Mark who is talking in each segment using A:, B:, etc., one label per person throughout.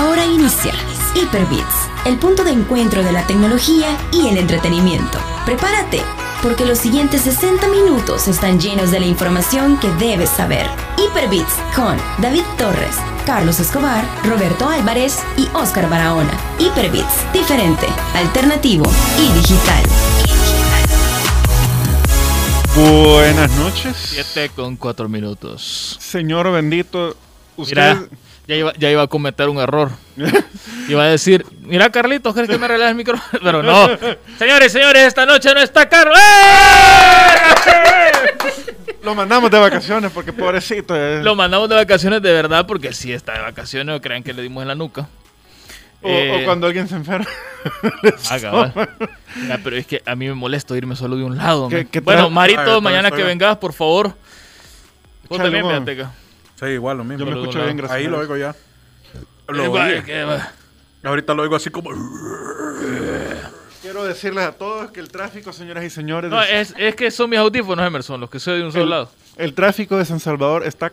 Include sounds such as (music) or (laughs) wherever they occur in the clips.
A: Inicia Hyperbits, el punto de encuentro de la tecnología y el entretenimiento. Prepárate, porque los siguientes 60 minutos están llenos de la información que debes saber. Hyperbits con David Torres, Carlos Escobar, Roberto Álvarez y Oscar Barahona. Hyperbits, diferente, alternativo y digital.
B: Buenas noches.
C: 7 con 4 minutos.
B: Señor bendito, usted...
C: Mira, ya iba, ya iba a cometer
B: (laughs)
C: un error. Iba a decir, mira Carlitos, ¿quieres que me arregles el micro? (laughs)
B: (laughs)
C: Pero no. Señores, señores, esta noche no está Carlos. ¡Eh!
B: (laughs) Lo mandamos de vacaciones porque pobrecito. eh.
C: Lo mandamos de vacaciones de verdad porque sí está de vacaciones, no crean que le dimos en la nuca.
B: O,
C: Eh,
B: o cuando alguien se enferma.
C: ah, cabal. Mira, pero es que a mí me molesta irme solo de un lado.
B: ¿Qué-
C: man.
B: qué
C: bueno,
B: tal?
C: Marito,
D: Ah, yo
C: mañana
D: también
C: que
D: estoy-
C: vengas, por favor. Vos
B: Chale,
C: también,
B: man.
C: fíjate acá.
D: Sí, igual lo mismo.
B: Yo me
C: Pero
B: escucho
C: no,
B: bien, gracias.
D: Ahí
B: a
D: lo
B: Dios.
D: oigo ya.
C: Eh,
D: Lo
C: va,
D: oí.
C: que va.
D: Ahorita lo oigo así como.
B: Quiero decirles a todos que el tráfico, señoras y señores,
C: No,
B: de-
C: es, es que son mis audífonos, Emerson, los que soy de un solo
B: el,
C: lado.
B: el tráfico de San Salvador está,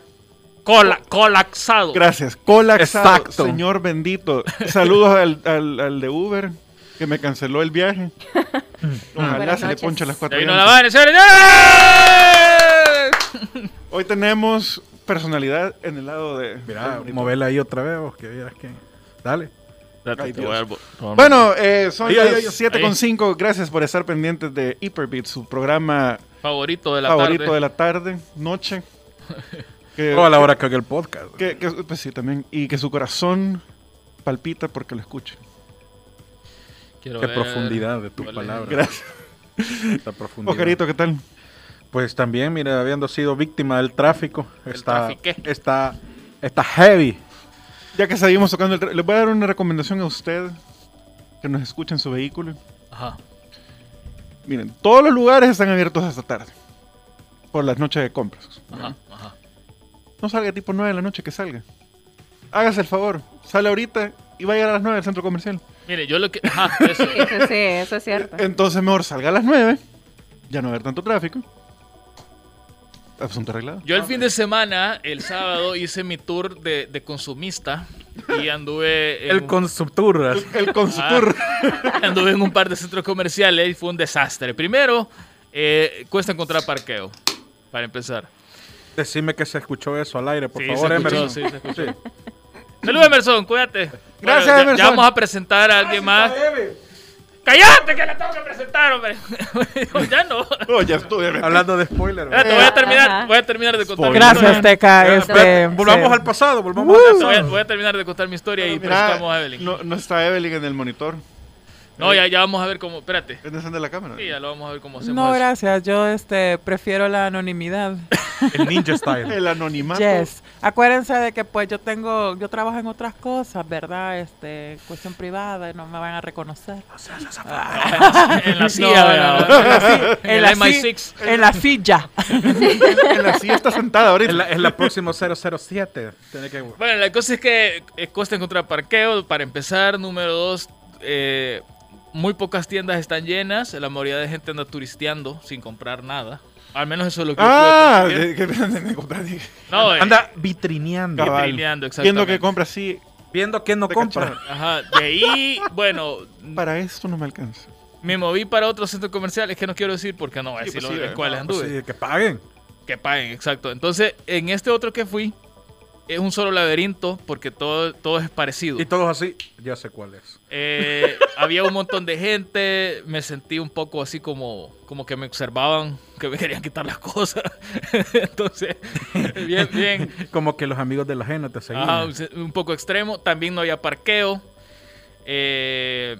C: Cola, colapsado.
B: gracias, colapsado.
D: Exacto.
B: Señor bendito. Saludos al, al- al de Uber, que me canceló el
E: (laughs)
B: viaje. Ojalá
E: Buenas
B: se le
E: noches.
B: ponche a las
C: Ya
B: 4
C: vino la vaina, señores. ¡Eh!
B: Hoy tenemos personalidad en el lado de...
D: Mira,
B: del bonito.
D: movela ahí otra vez, vos, que vieras que. Dale.
C: Espérate,
B: Ay,
C: te
B: Dios.
C: voy a dar bo- no, no.
B: Bueno, eh, son
D: Ahí, ahí, ahí.
B: las 7.5. Gracias por estar pendientes de Hyperbeat, su programa
C: favorito de la
B: favorito
C: tarde.
B: de la tarde,
C: (laughs)
B: noche. Que,
D: O a la hora que oiga el podcast.
B: que- que- pues sí, también. Y que su corazón palpita porque lo escuche.
C: Quiero
D: Qué
C: ver-
D: profundidad de tus
C: Vale.
D: palabras.
B: Gracias.
D: Esta profundidad.
B: Oscarito, ¿qué tal?
D: Pues también, mira, habiendo sido víctima del tráfico.
C: Del
D: Está,
C: trafiqué.
D: está, está heavy.
B: Ya que seguimos tocando el... tra- Le voy a dar una recomendación a usted que nos escucha en su vehículo.
C: Ajá.
B: Miren, todos los lugares están abiertos hasta tarde. Por las noches de compras.
C: Ajá, ajá.
B: No salga tipo 9 de la noche, que salga. Hágase el favor. Sale ahorita y vaya a las 9 al centro comercial.
C: Mire, yo lo que. Ajá, eso.
E: Eso sí, eso
C: (laughs)
E: es cierto.
B: Entonces mejor salga a las 9, ya no va a haber tanto tráfico. Ah, Asunto arreglado. (laughs)
C: Yo el fin de semana, el sábado, hice mi tour de, de consumista y anduve en,
D: El
C: un-
D: Consubtur.
B: El
C: Ah.
B: (laughs) consultor.
C: (laughs) anduve en un par de centros comerciales y fue un desastre. Primero, eh, cuesta encontrar parqueo, para empezar.
D: Decime que se escuchó eso al aire, por
C: Sí,
D: favor,
C: se escuchó,
D: Emerson.
C: sí, se escuchó.
D: Sí.
C: Saludos, Emerson, cuídate.
B: Gracias,
C: ya- Ya,
B: Emerson.
C: vamos a presentar a alguien más. ¡Cállate que la tengo que presentar, hombre! (laughs) ya no.
B: No, Oh, ya estuve.
D: Hablando de spoiler.
C: Espérate,
D: ¿verdad?
C: voy a terminar,
E: Ajá.
C: voy a terminar de contar mi
F: Gracias,
C: historia.
F: Teca.
D: Espérate,
F: Este,
D: volvamos
F: sí.
D: al pasado, volvamos al
C: Voy a,
D: pasado.
C: voy a terminar de contar mi historia y
B: Mira,
C: presentamos a Evelyn. No,
B: no, eh. no está Evelyn en el monitor.
C: ya, ya vamos a ver cómo. Espérate.
B: ¿Dónde están de la cámara?
C: Sí, ya lo vamos a ver cómo hacemos.
F: No,
C: eso.
F: gracias. Yo este, prefiero la anonimidad.
D: El Ninja Style.
B: El anonimato.
F: Yes. Acuérdense de que pues yo tengo, yo trabajo en otras cosas, ¿verdad? Este, cuestión privada, y no me van a reconocer.
C: (laughs)
F: Ah.
C: en la
F: No,
C: silla,
F: no,
C: ¿verdad?
F: no, en la (laughs) silla,
C: En
F: en
C: la
F: la
C: MI6.
F: silla, en la silla.
B: En la silla está sentada ahorita.
D: Es la, es la próxima 007. Tiene que...
C: Bueno, la cosa es que eh, cuesta encontrar parqueo, para empezar. Número dos, eh, muy pocas tiendas están llenas. La mayoría de gente anda turisteando sin comprar nada. Al menos eso es lo que yo
B: Ah,
C: pude percibir.
B: de- que me compras, dije.
C: No, eh,
D: Anda vitrineando.
B: Cabal.
C: vitrineando,
B: Viendo que
C: exactamente.
B: compra así.
D: Viendo que no
B: Te
D: compra.
B: cacharon.
C: Ajá,
B: (laughs)
C: de ahí, bueno,
B: Para esto no me alcanza. (laughs)
C: me moví para otro centro comercial. Es que no quiero decir porque no voy a
B: Sí,
C: decir
B: pues sí,
C: en
B: eh,
C: cuáles anduve.
D: Pues sí, que paguen.
C: Que paguen, exacto. Entonces, en este otro que fui, es un solo laberinto porque todo, todo es parecido.
D: Y todos así. Ya sé cuál es.
C: Eh, había un montón de gente, me sentí un poco así como, como que me observaban, que me querían quitar las cosas. (laughs) Entonces, bien, bien,
D: Como que los amigos de la ajena te seguían.
C: Ajá, un- un poco extremo. También no había parqueo. Eh,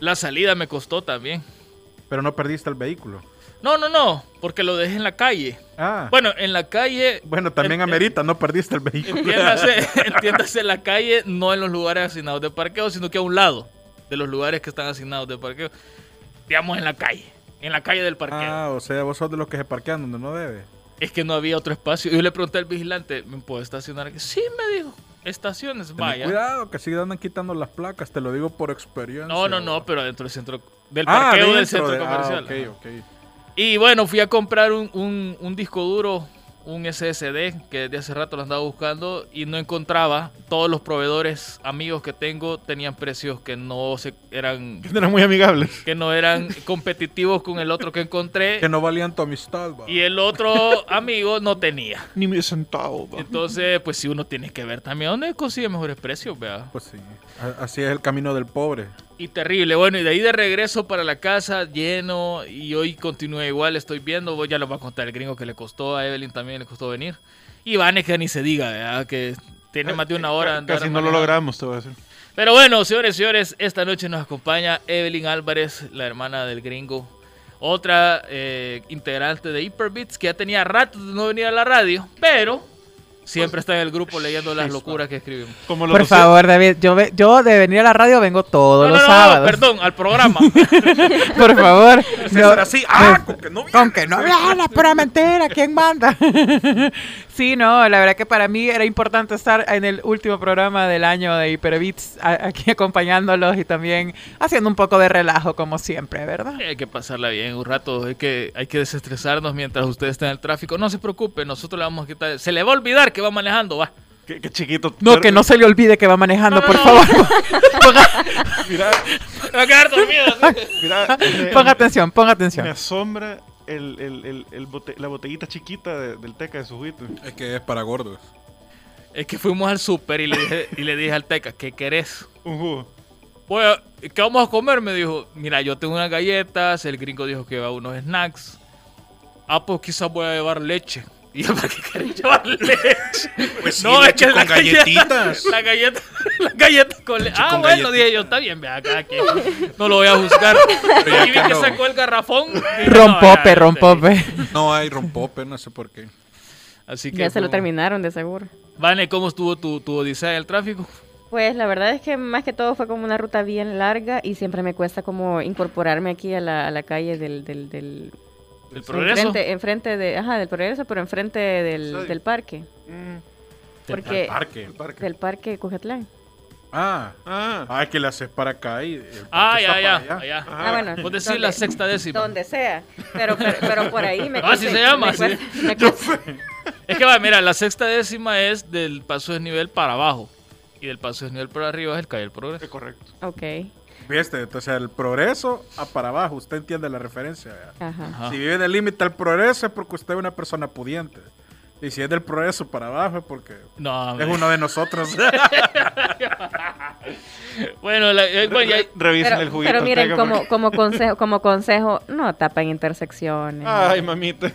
C: la salida me costó también.
D: Pero no perdiste el vehículo.
C: No, no, no, porque lo dejé en la calle.
D: Ah. Bueno,
C: Bueno, en la calle,
D: también
C: en-
D: amerita, no perdiste
C: (laughs)
D: el vehículo.
C: entiéndase, entiéndase en la calle, no en los lugares asignados de parqueo, sino que a un lado de los lugares que están asignados de parqueo. Digamos en la calle, en la calle del parqueo.
D: Ah, o sea, vos sos de los que se parquean donde no debe.
C: Es que no había otro espacio. Yo le pregunté al vigilante, ¿me puedo estacionar aquí? Sí, me dijo, estaciones,
D: Ten
C: vaya.
D: Cuidado, que si andan quitando las placas, te lo digo por experiencia.
C: No, no, no, pero dentro del centro, del
D: Ah,
C: parqueo
D: dentro
C: del centro
D: de- ah,
C: comercial.
D: ok, ok.
C: Y bueno, fui a comprar un, un- un disco duro un SSD que desde hace rato lo andaba buscando y no encontraba. Todos los proveedores amigos que tengo tenían precios que no se eran
B: Eran muy amigables.
C: que no
D: (laughs)
C: eran competitivos con el otro que encontré
D: Que no valían tu amistad, va.
C: Eh, y el otro amigo no
D: (laughs)
C: tenía.
B: Ni me he sentado, va.
C: Entonces, pues si uno tiene que ver también dónde consigue mejores precios, vea.
D: Pues sí. A- Así es el camino del pobre.
C: Y terrible. Bueno, y de ahí de regreso para la casa, lleno. Y hoy continúa igual, estoy viendo. Voy, ya lo va a contar el gringo que le costó. A Evelyn también le costó venir. Y Vaneca ni se diga, ¿verdad? Que tiene más de una hora. de andar
B: Eh, Casi no lo
C: manejando.
B: logramos, te voy a decir.
C: Pero bueno, señores y señores, esta noche nos acompaña Evelyn Álvarez, la hermana del gringo. Otra eh, integrante de Hyperbeats que ya tenía rato de no venir a la radio, pero
B: Pues,
C: siempre está en el grupo leyendo las locuras que escribimos.
B: Como los
F: Por
B: doce-
F: favor, David, yo, ve- yo de venir a la radio vengo todos
C: No, no, no,
F: los
C: no,
F: sábados.
C: perdón, al
F: (laughs)
C: programa.
F: Por (laughs) favor.
D: César
F: no-
D: así, ah, con que no
F: Con que no la pura mentira, ¿quién manda? (laughs) sí, no, la verdad que para mí era importante estar en el último programa del año de Hyperbeats, a- aquí acompañándolos y también haciendo un poco de relajo, como siempre, ¿verdad?
C: hay que pasarla bien un rato, hay que, hay que desestresarnos mientras ustedes están en el tráfico. No se preocupe, nosotros le vamos a quitar. Se le va a olvidar que va manejando, va.
B: Qué, qué chiquito.
F: No, que no se le olvide que va manejando, por favor. (laughs)
B: Mira,
C: Va a quedar dormido.
F: (laughs)
B: mira. me-
F: ponga atención, ponga
B: Me
F: atención.
B: asombra el, el, el, el bote- la botellita chiquita de- del teca de su juguito.
D: Es que es para gordos.
C: (laughs) Es que fuimos al súper y le dije, y le dije al Teca, ¿qué querés?
B: Un jugo.
C: Voy a- Pues, ¿Qué vamos a comer? Me dijo, mira, yo tengo unas galletas, el gringo dijo que va a unos snacks. Ah, pues quizás voy a llevar leche. (laughs) Y yo, ¿para qué querés llevar leche?
D: (laughs) Pues sí,
C: es
D: leche
C: que
D: con
C: la galleta-
D: galletitas.
C: La galleta, (laughs) la galleta con leche. Ah,
D: con
C: bueno,
D: galletitas.
C: dije yo, está bien, vea, cada quien. No lo voy a juzgar. (laughs)
D: ya
C: Y vi
D: que
C: que
D: no.
C: sacó el garrafón. dije, no, ya,
F: Rompope,
C: este.
F: rompope.
D: No hay (laughs) rompope, no sé por qué.
C: Así que.
E: Ya se lo
C: fuimos.
E: terminaron, de seguro.
C: Vane, ¿cómo estuvo tu, tu odisea del tráfico?
E: Pues la verdad es que más que todo fue como una ruta bien larga y siempre me cuesta como incorporarme aquí a la, a la calle del... del, del
C: ¿El progreso?
E: Enfrente, enfrente de, ajá, del progreso, pero enfrente
B: Sí.
E: del, del parque.
C: Mm.
E: Porque
D: Parque.
E: del parque Cujetlán.
D: Ah.
B: Ah,
D: Ah, que le haces para acá y. el
C: Ah,
D: parque
C: ya,
D: está
C: ya,
D: para allá.
C: allá.
E: Ah, bueno.
C: Vos decís pues la sexta décima.
E: Donde sea. Pero, pero, pero por ahí me
C: Ah, (laughs) así se
E: me
C: llama, sí.
E: cuesta- me cuesta-
C: Es que va, mira, la sexta décima es del paso de nivel para abajo. Y del paso de nivel para arriba es el calle del progreso.
B: es correcto.
E: Ok.
D: Viste, entonces el progreso a para abajo. Usted entiende la referencia. ¿verdad?
E: Ajá.
C: Ajá.
D: Si vive en el límite al progreso es porque usted es una persona pudiente. Y si es del progreso para abajo es porque
C: No,
D: es
C: hombre.
D: uno
C: (laughs)
D: de nosotros. (laughs)
C: bueno, la- eh, bueno, ya-
B: Re- Revisen
E: Pero,
B: el juguito.
E: pero
B: del
E: miren,
B: Teca
E: como,
B: porque-
E: como, consejo, como consejo, no tapan intersecciones.
C: Ah,
B: Ay, mamita.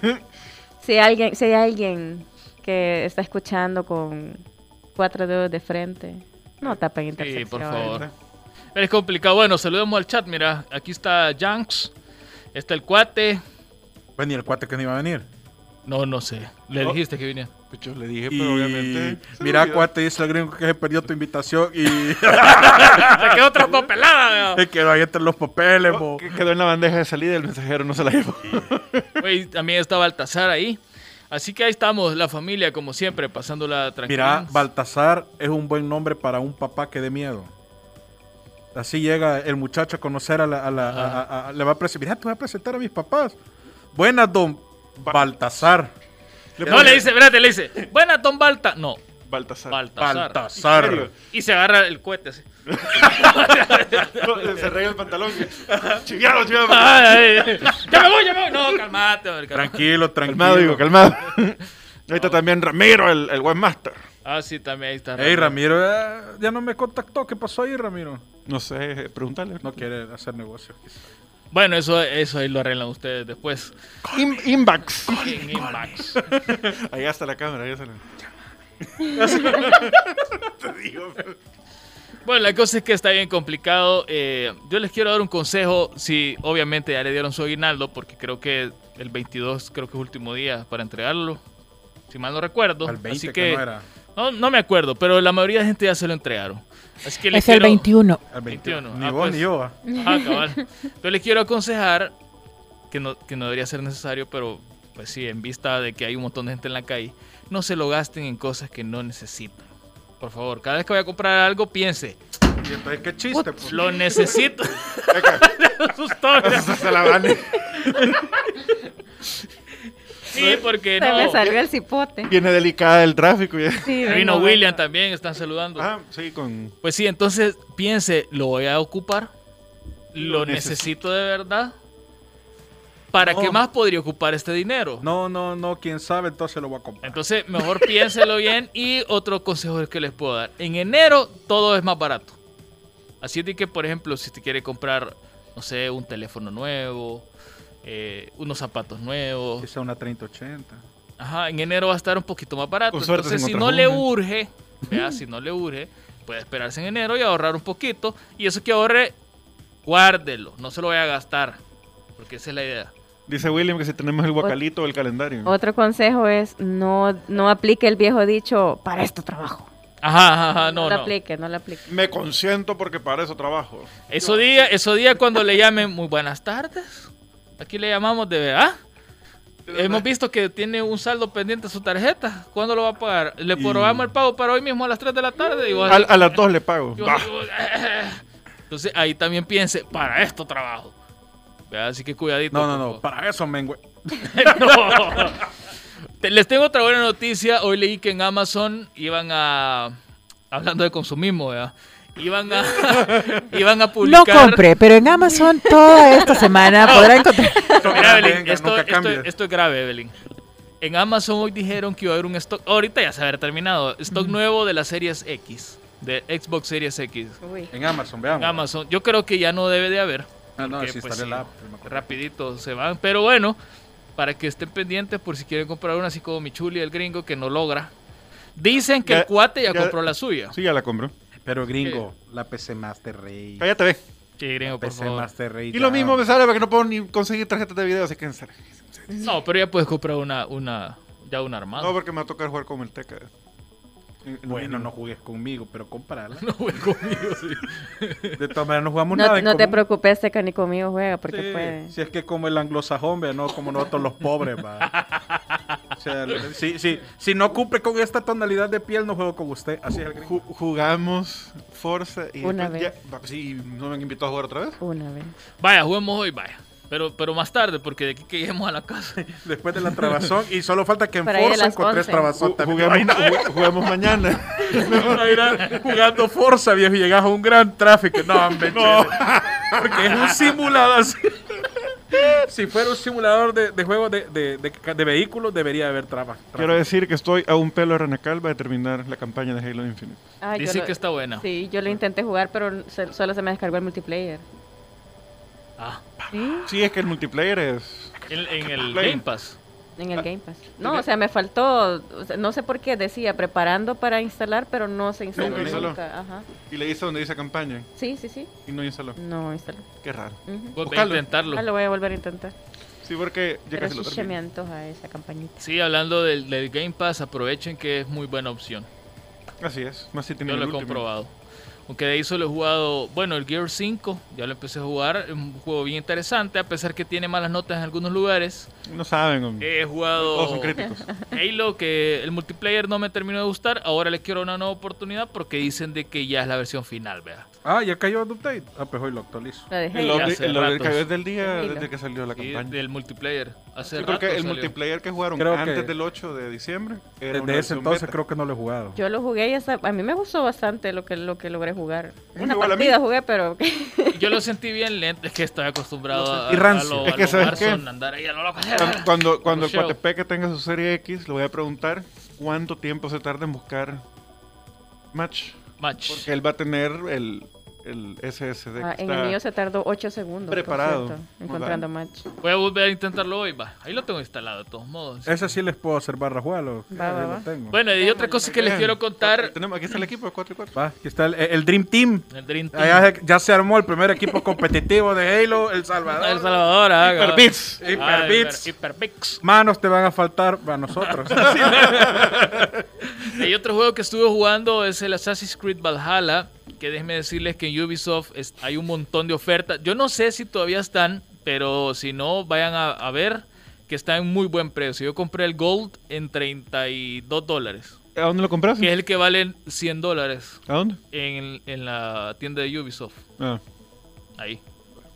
E: Si alguien, si hay alguien que está escuchando con cuatro dedos de frente, no tapen
C: sí,
E: intersecciones.
C: por favor. Pero es complicado. Bueno, saludemos al chat. Mira, aquí está Janks. Está el cuate.
D: Bueno, y Pues el cuate que no iba a venir.
C: No, no sé. Le
B: Oh.
C: dijiste que viniera.
B: Pues (laughs) yo le dije,
D: Y
B: pero obviamente. se me
D: mira,
B: olvidó.
D: cuate, dice el gringo que se perdió tu invitación y
C: (laughs)
D: (laughs)
C: Se quedó traspapelada,
D: se quedó ahí entre los papeles.
B: Oh,
D: mo.
B: que quedó en la bandeja de salida y el mensajero no se la (laughs) llevó.
C: Güey, también está Baltasar ahí. Así que ahí estamos, la familia, como siempre, pasándola tranquila.
D: Mira, Baltasar es un buen nombre para un papá que dé miedo. Así llega el muchacho a conocer a la... a la- a- a- a- le va a presentar... Mira, te voy a presentar a mis papás. Buenas, don Baltasar.
C: no, le dice, espérate, le dice, buena Don Balta. No,
B: Baltasar.
C: Baltasar.
B: ¿En
D: Baltasar.
B: serio?
C: Y se agarra el cohete así. (laughs)
B: No, se arregla el (laughs) pantalón. Chiviado, chiviado.
C: Ay, ay, ay. ya me voy, ya me voy. No, calmate, hombre, calmate. (laughs)
D: Tranquilo, tranquilo.
B: Calmado, digo, calmado. (laughs) Ahí está también Ramiro, el, el webmaster.
C: Ah, sí, también ahí está.
D: Ey, Ramiro, eh, ya no me contactó. ¿Qué pasó ahí, Ramiro?
B: No sé, pregúntale.
D: No quiere hacer negocios. quizá.
C: Bueno, eso, eso ahí lo arreglan ustedes después.
B: In- inbox.
C: En Inbox.
B: Ahí está la cámara, ahí está la Te digo.
C: Bueno, la cosa es que está bien complicado. Eh, yo les quiero dar un consejo. Si obviamente ya le dieron su aguinaldo, porque creo que el 22 creo que es último día para entregarlo. Si mal no recuerdo.
D: Al 20
C: Así
D: que,
C: que,
D: no era.
C: no, no me acuerdo, pero la mayoría de gente ya se lo entregaron. Así que les
F: Es el
C: quiero-
F: 21.
D: Al
C: 21.
D: Ni
C: Ah,
D: vos
C: pues.
D: ni yo. ah.
E: (laughs)
C: Ah, cabal. Yo les quiero aconsejar que no, que no debería ser necesario, pero pues sí, en vista de que hay un montón de gente en la calle, no se lo gasten en cosas que no necesitan. Por favor, cada vez que vaya a comprar algo, piense,
D: Y entonces, ¿qué chiste? pues?
C: lo necesito. (laughs)
B: (laughs)
C: Asustó, mira.
B: Se la van.
C: Sí, porque
E: Se me
C: no.
E: salió el cipote.
B: Viene delicada el tráfico. y-
E: Sí,
C: Vino
E: vengo,
C: William
E: vengo.
C: también, están saludando.
B: Ah, sí, con...
C: Pues sí, entonces piense, lo voy a ocupar, lo
B: Lo neces-
C: necesito de verdad. ¿Para
D: No.
C: qué más podría ocupar este dinero?
D: No, no, no, quién sabe, entonces lo voy a comprar.
C: Entonces, mejor (laughs) piénselo bien y otro consejo que les puedo dar. En enero todo es más barato. Así de que, por ejemplo, si te quiere comprar, no sé, un teléfono nuevo, eh, unos zapatos nuevos,
D: Que sea una 3080.
C: Ajá, en enero va a estar un poquito más barato.
B: Con suerte
C: Entonces,
B: se
C: si no
B: encontró
C: le
B: uno.
C: urge,
B: (laughs)
C: vea, si no le urge, puede esperarse en enero y ahorrar un poquito. Y eso que ahorre, guárdelo, no se lo vaya a gastar. Porque esa es la idea.
B: Dice William que si tenemos el guacalito o el calendario.
E: Otro consejo es no, no aplique el viejo dicho para esto trabajo.
C: Ajá, ajá, ajá, Ah, no,
E: lo
C: no.
E: aplique, no lo aplique.
B: Me consiento porque para eso trabajo.
C: Eso día, eso día cuando le llamen, muy buenas tardes. Aquí le llamamos de verdad. Hemos visto que tiene un saldo pendiente su tarjeta. ¿Cuándo lo va a pagar? Le programamos el pago para hoy mismo a las 3 de la tarde. Y vos-
B: A, a las dos le pago.
C: Yo-
B: Bah.
D: Ah.
C: yo- Entonces ahí también piense, para esto trabajo. ¿Verdad? Así que cuidadito.
D: No, no, no,
C: por favor.
D: para eso, mengue.
C: No. Te- Les tengo otra buena noticia. Hoy leí que en Amazon iban a. Hablando de consumismo, ¿verdad? Iban a, (laughs) iban a
F: No
C: publicar.
F: compre, pero en Amazon toda
C: (laughs)
F: esta semana podrá encontrar.
C: Mira, Evelyn,
D: Venga,
C: esto,
D: nunca
C: esto-
D: cambia.
C: esto es grave, Evelyn. En Amazon hoy dijeron que iba a haber un stock. Ahorita ya se haber terminado. Stock nuevo de las series X. De Xbox Series X.
E: Uy.
D: En Amazon, veamos.
C: En Amazon. Yo creo que ya no debe de haber.
D: Ah, no,
C: porque,
D: sí,
C: pues,
D: instalé
C: sí,
D: la app, me acuerdo.
C: Rapidito se van. Pero bueno, para que estén pendientes por si quieren comprar una, así como mi chuli, el gringo, que no logra. Dicen que
B: Ya-
C: el cuate ya,
B: ya-
C: compró la suya.
B: Sí, ya la compró.
D: Pero gringo, la PC Master Race.
B: Cállate, ve.
C: Sí, gringo, por
D: PC
C: favor.
D: Master ah, Race.
B: Y lo mismo me sale porque no puedo ni conseguir tarjetas de video, así que en serio.
C: No, pero ya puedes comprar una, una, ya una armada.
B: No, porque me va a tocar jugar con el Teca. Eh, El- el
D: Bueno,
B: mínimo.
D: no jugues conmigo, pero comprala.
C: (laughs) No, güey, conmigo, sí.
D: (laughs) De todas maneras, no jugamos
E: No,
D: nada. en
E: no te
D: común.
E: preocupes, Teca, ni conmigo juega, porque
D: Sí,
E: puede.
D: Si es que como el anglosajón, vea, no como nosotros los pobres, va.
C: (laughs)
D: O sea, le- si, si, si no cumple con esta tonalidad de piel, no juego con usted. Así es el gringo.
B: Ju- jugamos Forza y
E: Una
B: después ya- va, sí, no me han invitado a jugar otra vez.
E: Una vez.
C: Vaya, juguemos hoy, vaya. Pero, pero más tarde, porque de aquí que lleguemos a la casa.
D: Después de la trabazón, y solo falta que en
E: Por ahí de
D: Forza
E: las
D: encontré
E: 11.
D: trabazón.
B: Ju- jugamos, ju- jugamos (laughs) mañana.
D: jugando Forza, viejo, y llegas a un gran tráfico. No, hombre, no. Porque es un simulador. (laughs) así. Si fuera un simulador de, de juegos de, de, de, ca- de vehículos, debería haber traba.
B: Quiero decir que estoy a un pelo de Renacalva de terminar la campaña de Halo Infinite.
E: Ah, yo
C: Dicen
E: lo-
C: que está buena.
E: Sí, yo lo intenté jugar, pero se- solo se me descargó el multiplayer.
C: Ah,
E: Sí,
B: Sí, es que el multiplayer es.
C: en, en el Game Pass.
E: en
B: Ah,
E: el Game Pass. No, o sea, me faltó, o sea, no sé por qué decía preparando para instalar, pero no se instaló.
B: Nunca instaló.
E: nunca. Ajá.
B: Y le hice donde dice campaña
E: Sí, sí, sí.
B: y no instaló.
E: No instaló.
B: Qué raro.
E: Ujú.
C: Voy a
B: Búscalo.
C: intentarlo.
E: Ah, lo voy a volver a intentar.
B: Sí, porque ya
E: Pero
B: casi
E: sí
B: lo
E: se me
B: terminé.
E: antoja esa campañita.
C: Sí, hablando del, del Game Pass, aprovechen que es muy buena opción.
B: Así es. Más si tiene
C: Yo
B: el
C: lo he
B: último.
C: comprobado. Aunque de ahí solo he jugado, bueno, el Gear 5, ya lo empecé a jugar, es un juego bien interesante, a pesar que tiene malas notas en algunos lugares.
B: No saben, hombre.
C: He
B: Todos
C: jugado
B: son
E: (laughs)
B: críticos.
C: Halo, que el multiplayer no me terminó de gustar, ahora le quiero una nueva oportunidad porque dicen de que ya es la versión final, ¿verdad?
D: Ah, ya cayó el update. Ah, pues hoy lo actualizo.
E: La dejé.
B: El
C: Halo.
B: update
C: hace
B: el update
C: ratos.
B: cayó desde el día
E: Tranquilo.
B: desde que salió la
C: Y
B: campaña.
C: del multiplayer. Hace
B: Sí, porque
C: rato
B: el
C: salió.
B: multiplayer que jugaron
D: Creo
B: antes
D: que-
B: del 8 de diciembre era una
D: Desde ese
B: versión
D: entonces
B: beta.
D: creo que no lo he jugado.
E: Yo lo jugué y hasta- a mí me gustó bastante lo que, lo que logré jugar.
B: Muy
E: Una
B: igual a mí.
E: partida jugué, pero
C: Yo lo sentí bien lento, es que estoy acostumbrado a,
D: Y
C: a
D: rancio.
C: lo,
B: Es
C: a
B: que
C: lo
B: ¿sabes
C: Warzone,
B: qué?
C: andar ahí a lo loco. (laughs)
B: Cuando- Cuando, cuando el
C: Rusheo.
B: Cuatepeque tenga su serie X, le voy a preguntar cuánto tiempo se tarda en buscar match.
C: Match.
B: Porque él va a tener el, el SSD. que
E: ah, en
B: está-
E: el mío se tardó 8 segundos. por
B: preparado.
E: cierto,
B: Muy
E: encontrando
B: bien.
E: match.
C: Voy a volver a intentarlo hoy, va. Ahí lo tengo instalado de todos modos.
B: Eh,
D: Ese sí les puedo hacer barra jugarlo.
E: Va, va,
D: Ahí lo
E: va.
D: tengo.
C: Bueno, y otra cosa que les quiero
B: Aquí
C: contar.
B: Eh, tenemos- aquí está el equipo de 4 y 4.
D: Va, aquí está el, el Dream Team.
C: El Dream Team.
D: Ya, se- ya se armó el primer equipo competitivo de Halo, El
C: El
D: Salvador.
C: Salvador, ah, cabrón.
B: Hyperbits.
C: Ah,
D: Hyperbits.
C: Hyper- Hyperbits.
D: Manos te van a faltar para nosotros.
C: Y otro juego que estuve jugando es el Assassin's Creed Valhalla. Que déjenme decirles que en Ubisoft es- hay un montón de ofertas. Yo no sé si todavía están, pero si no, vayan a, a ver que está en muy buen precio. Yo compré el Gold en 32 dólares,
B: ¿A dónde lo compraste?
C: que es el que vale 100 dólares
B: ¿A dónde?
C: en, en la tienda de Ubisoft.
B: Ah.
C: Ahí.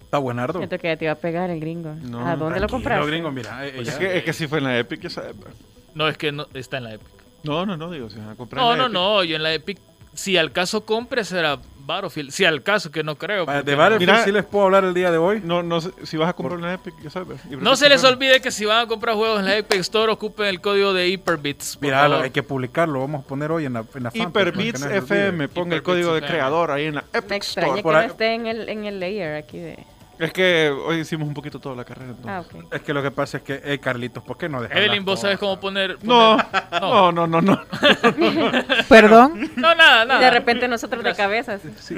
D: Está buenardo.
E: Siento que ya te iba a pegar el gringo.
D: No,
E: ¿A dónde
D: tranquilo,
E: lo compraste?
D: gringo, mira.
C: Pues
D: eh,
B: Pues Es
D: ella-
B: que, es que si fue en la Epic, ya sabes. ¿verdad?
C: No, es que no, está en la Epic.
B: No, no, no, digo, si van a comprar.
C: No,
B: en la
C: no,
B: Epic.
C: no. Yo en la Epic, si al caso compre, será Battlefield. Si al caso, que no creo.
D: Para-
C: porque
D: De
C: no-
D: Battlefield
B: Mira.
D: sí les puedo hablar el día de hoy.
B: No, no, sé, si vas a comprar en la Epic, ya sabes. Y
C: No se les
B: comprar-
C: olvide que si van a comprar juegos en la Epic Store, ocupen el código de Hyperbits. por
D: Mira, lo-
C: favor.
D: hay que publicarlo. Vamos a poner hoy en la, en la fanpage, para que
B: Hyperbits
D: no se
B: FM,
D: olvide.
B: ponga el
C: Hyperbits
B: código de
C: FM.
B: creador ahí en la Epic
E: Me extraña
B: Store.
E: que
D: por
E: no
D: ahí-
E: esté en el, en el layer aquí de...
B: Es que hoy hicimos un poquito toda la carrera. entonces.
E: Ah, ok.
D: Es que lo que pasa es que, eh, Carlitos, ¿por qué no dejas?
C: Evelyn,
D: las
C: vos sabés
D: cosas?
C: cómo poner.
B: No,
C: poner-
B: no, no, no,
C: (laughs)
B: no.
F: Perdón.
C: No, nada, nada.
E: De repente nosotros de
C: Gracias.
E: cabeza. así.
B: Sí.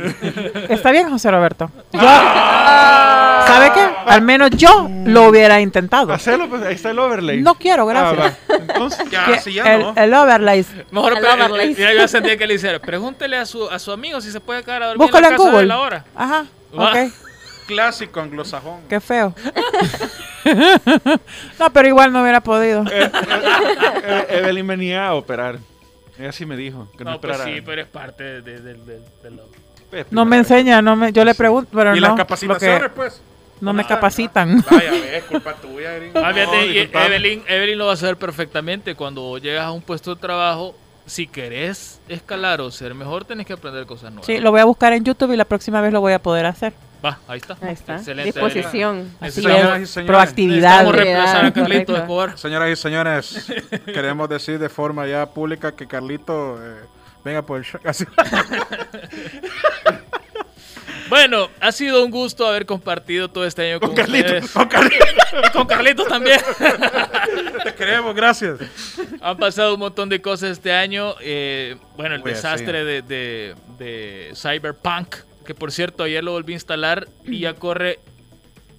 F: Está bien, José Roberto. Yo,
D: Ah.
F: ¿Sabe qué? Al menos yo lo hubiera intentado.
B: Hacelo, pues ahí está el overlay.
F: No quiero, gracias.
B: Ah, va. Entonces,
D: Ya,
F: Que
D: sí, ya
F: el,
D: no.
F: el overlay.
C: Mejor
E: Al
C: pre-
E: overlay.
C: eh, mira, yo sentía que le hiciera. Pregúntele a su, a su amigo si se puede quedar a dormir
F: Búscalo
C: en
F: en
C: la casa de
F: Google.
C: la hora.
F: Ajá.
C: Va.
D: Ah.
F: Ok.
D: Clásico anglosajón.
F: Qué feo. (laughs) no, pero igual no hubiera podido.
B: eh, Evelyn venía a operar. Ella sí me dijo que no,
C: No, pues
B: esperara.
C: sí, pero es parte de, de- de- de- de lo-
B: Pues,
F: No me
B: esperara.
F: enseña, no me, yo le pregunto, pero
D: y
F: no,
D: las
F: lo
D: capacitaciones,
F: que
D: pues.
F: no me
D: Ah,
F: capacitan.
D: Vaya, es culpa tuya, gringo.
C: Ah, fíjate,
D: No,
C: y
D: disculpame.
C: Evelyn, Evelyn lo va a saber perfectamente. Cuando llegas a un puesto de trabajo, si querés escalar o ser mejor, tenés que aprender cosas nuevas.
F: Sí, lo voy a buscar en YouTube y la próxima vez lo voy a poder hacer.
C: Va, ahí está.
E: Ahí está.
C: Excelente, Evelyn.
E: Disposición.
F: Así
C: Necesitamos-
D: y
F: es,
D: señores.
F: proactividad.
C: Necesitamos reemplazar a
E: Correcto.
C: Carlitos Escobar.
D: Señoras y señores, queremos decir de forma ya pública que Carlito eh, venga por el show. (laughs) Así-
C: Bueno, ha sido un gusto haber compartido todo este año con, ustedes.
D: Con Carlito.
C: Con Carlitos también. (laughs)
D: Te queremos, gracias.
C: Han pasado un montón de cosas este año. eh, bueno, el
D: Uy, así.
C: desastre de, de- de Cyberpunk, que por cierto ayer lo volví a instalar y ya corre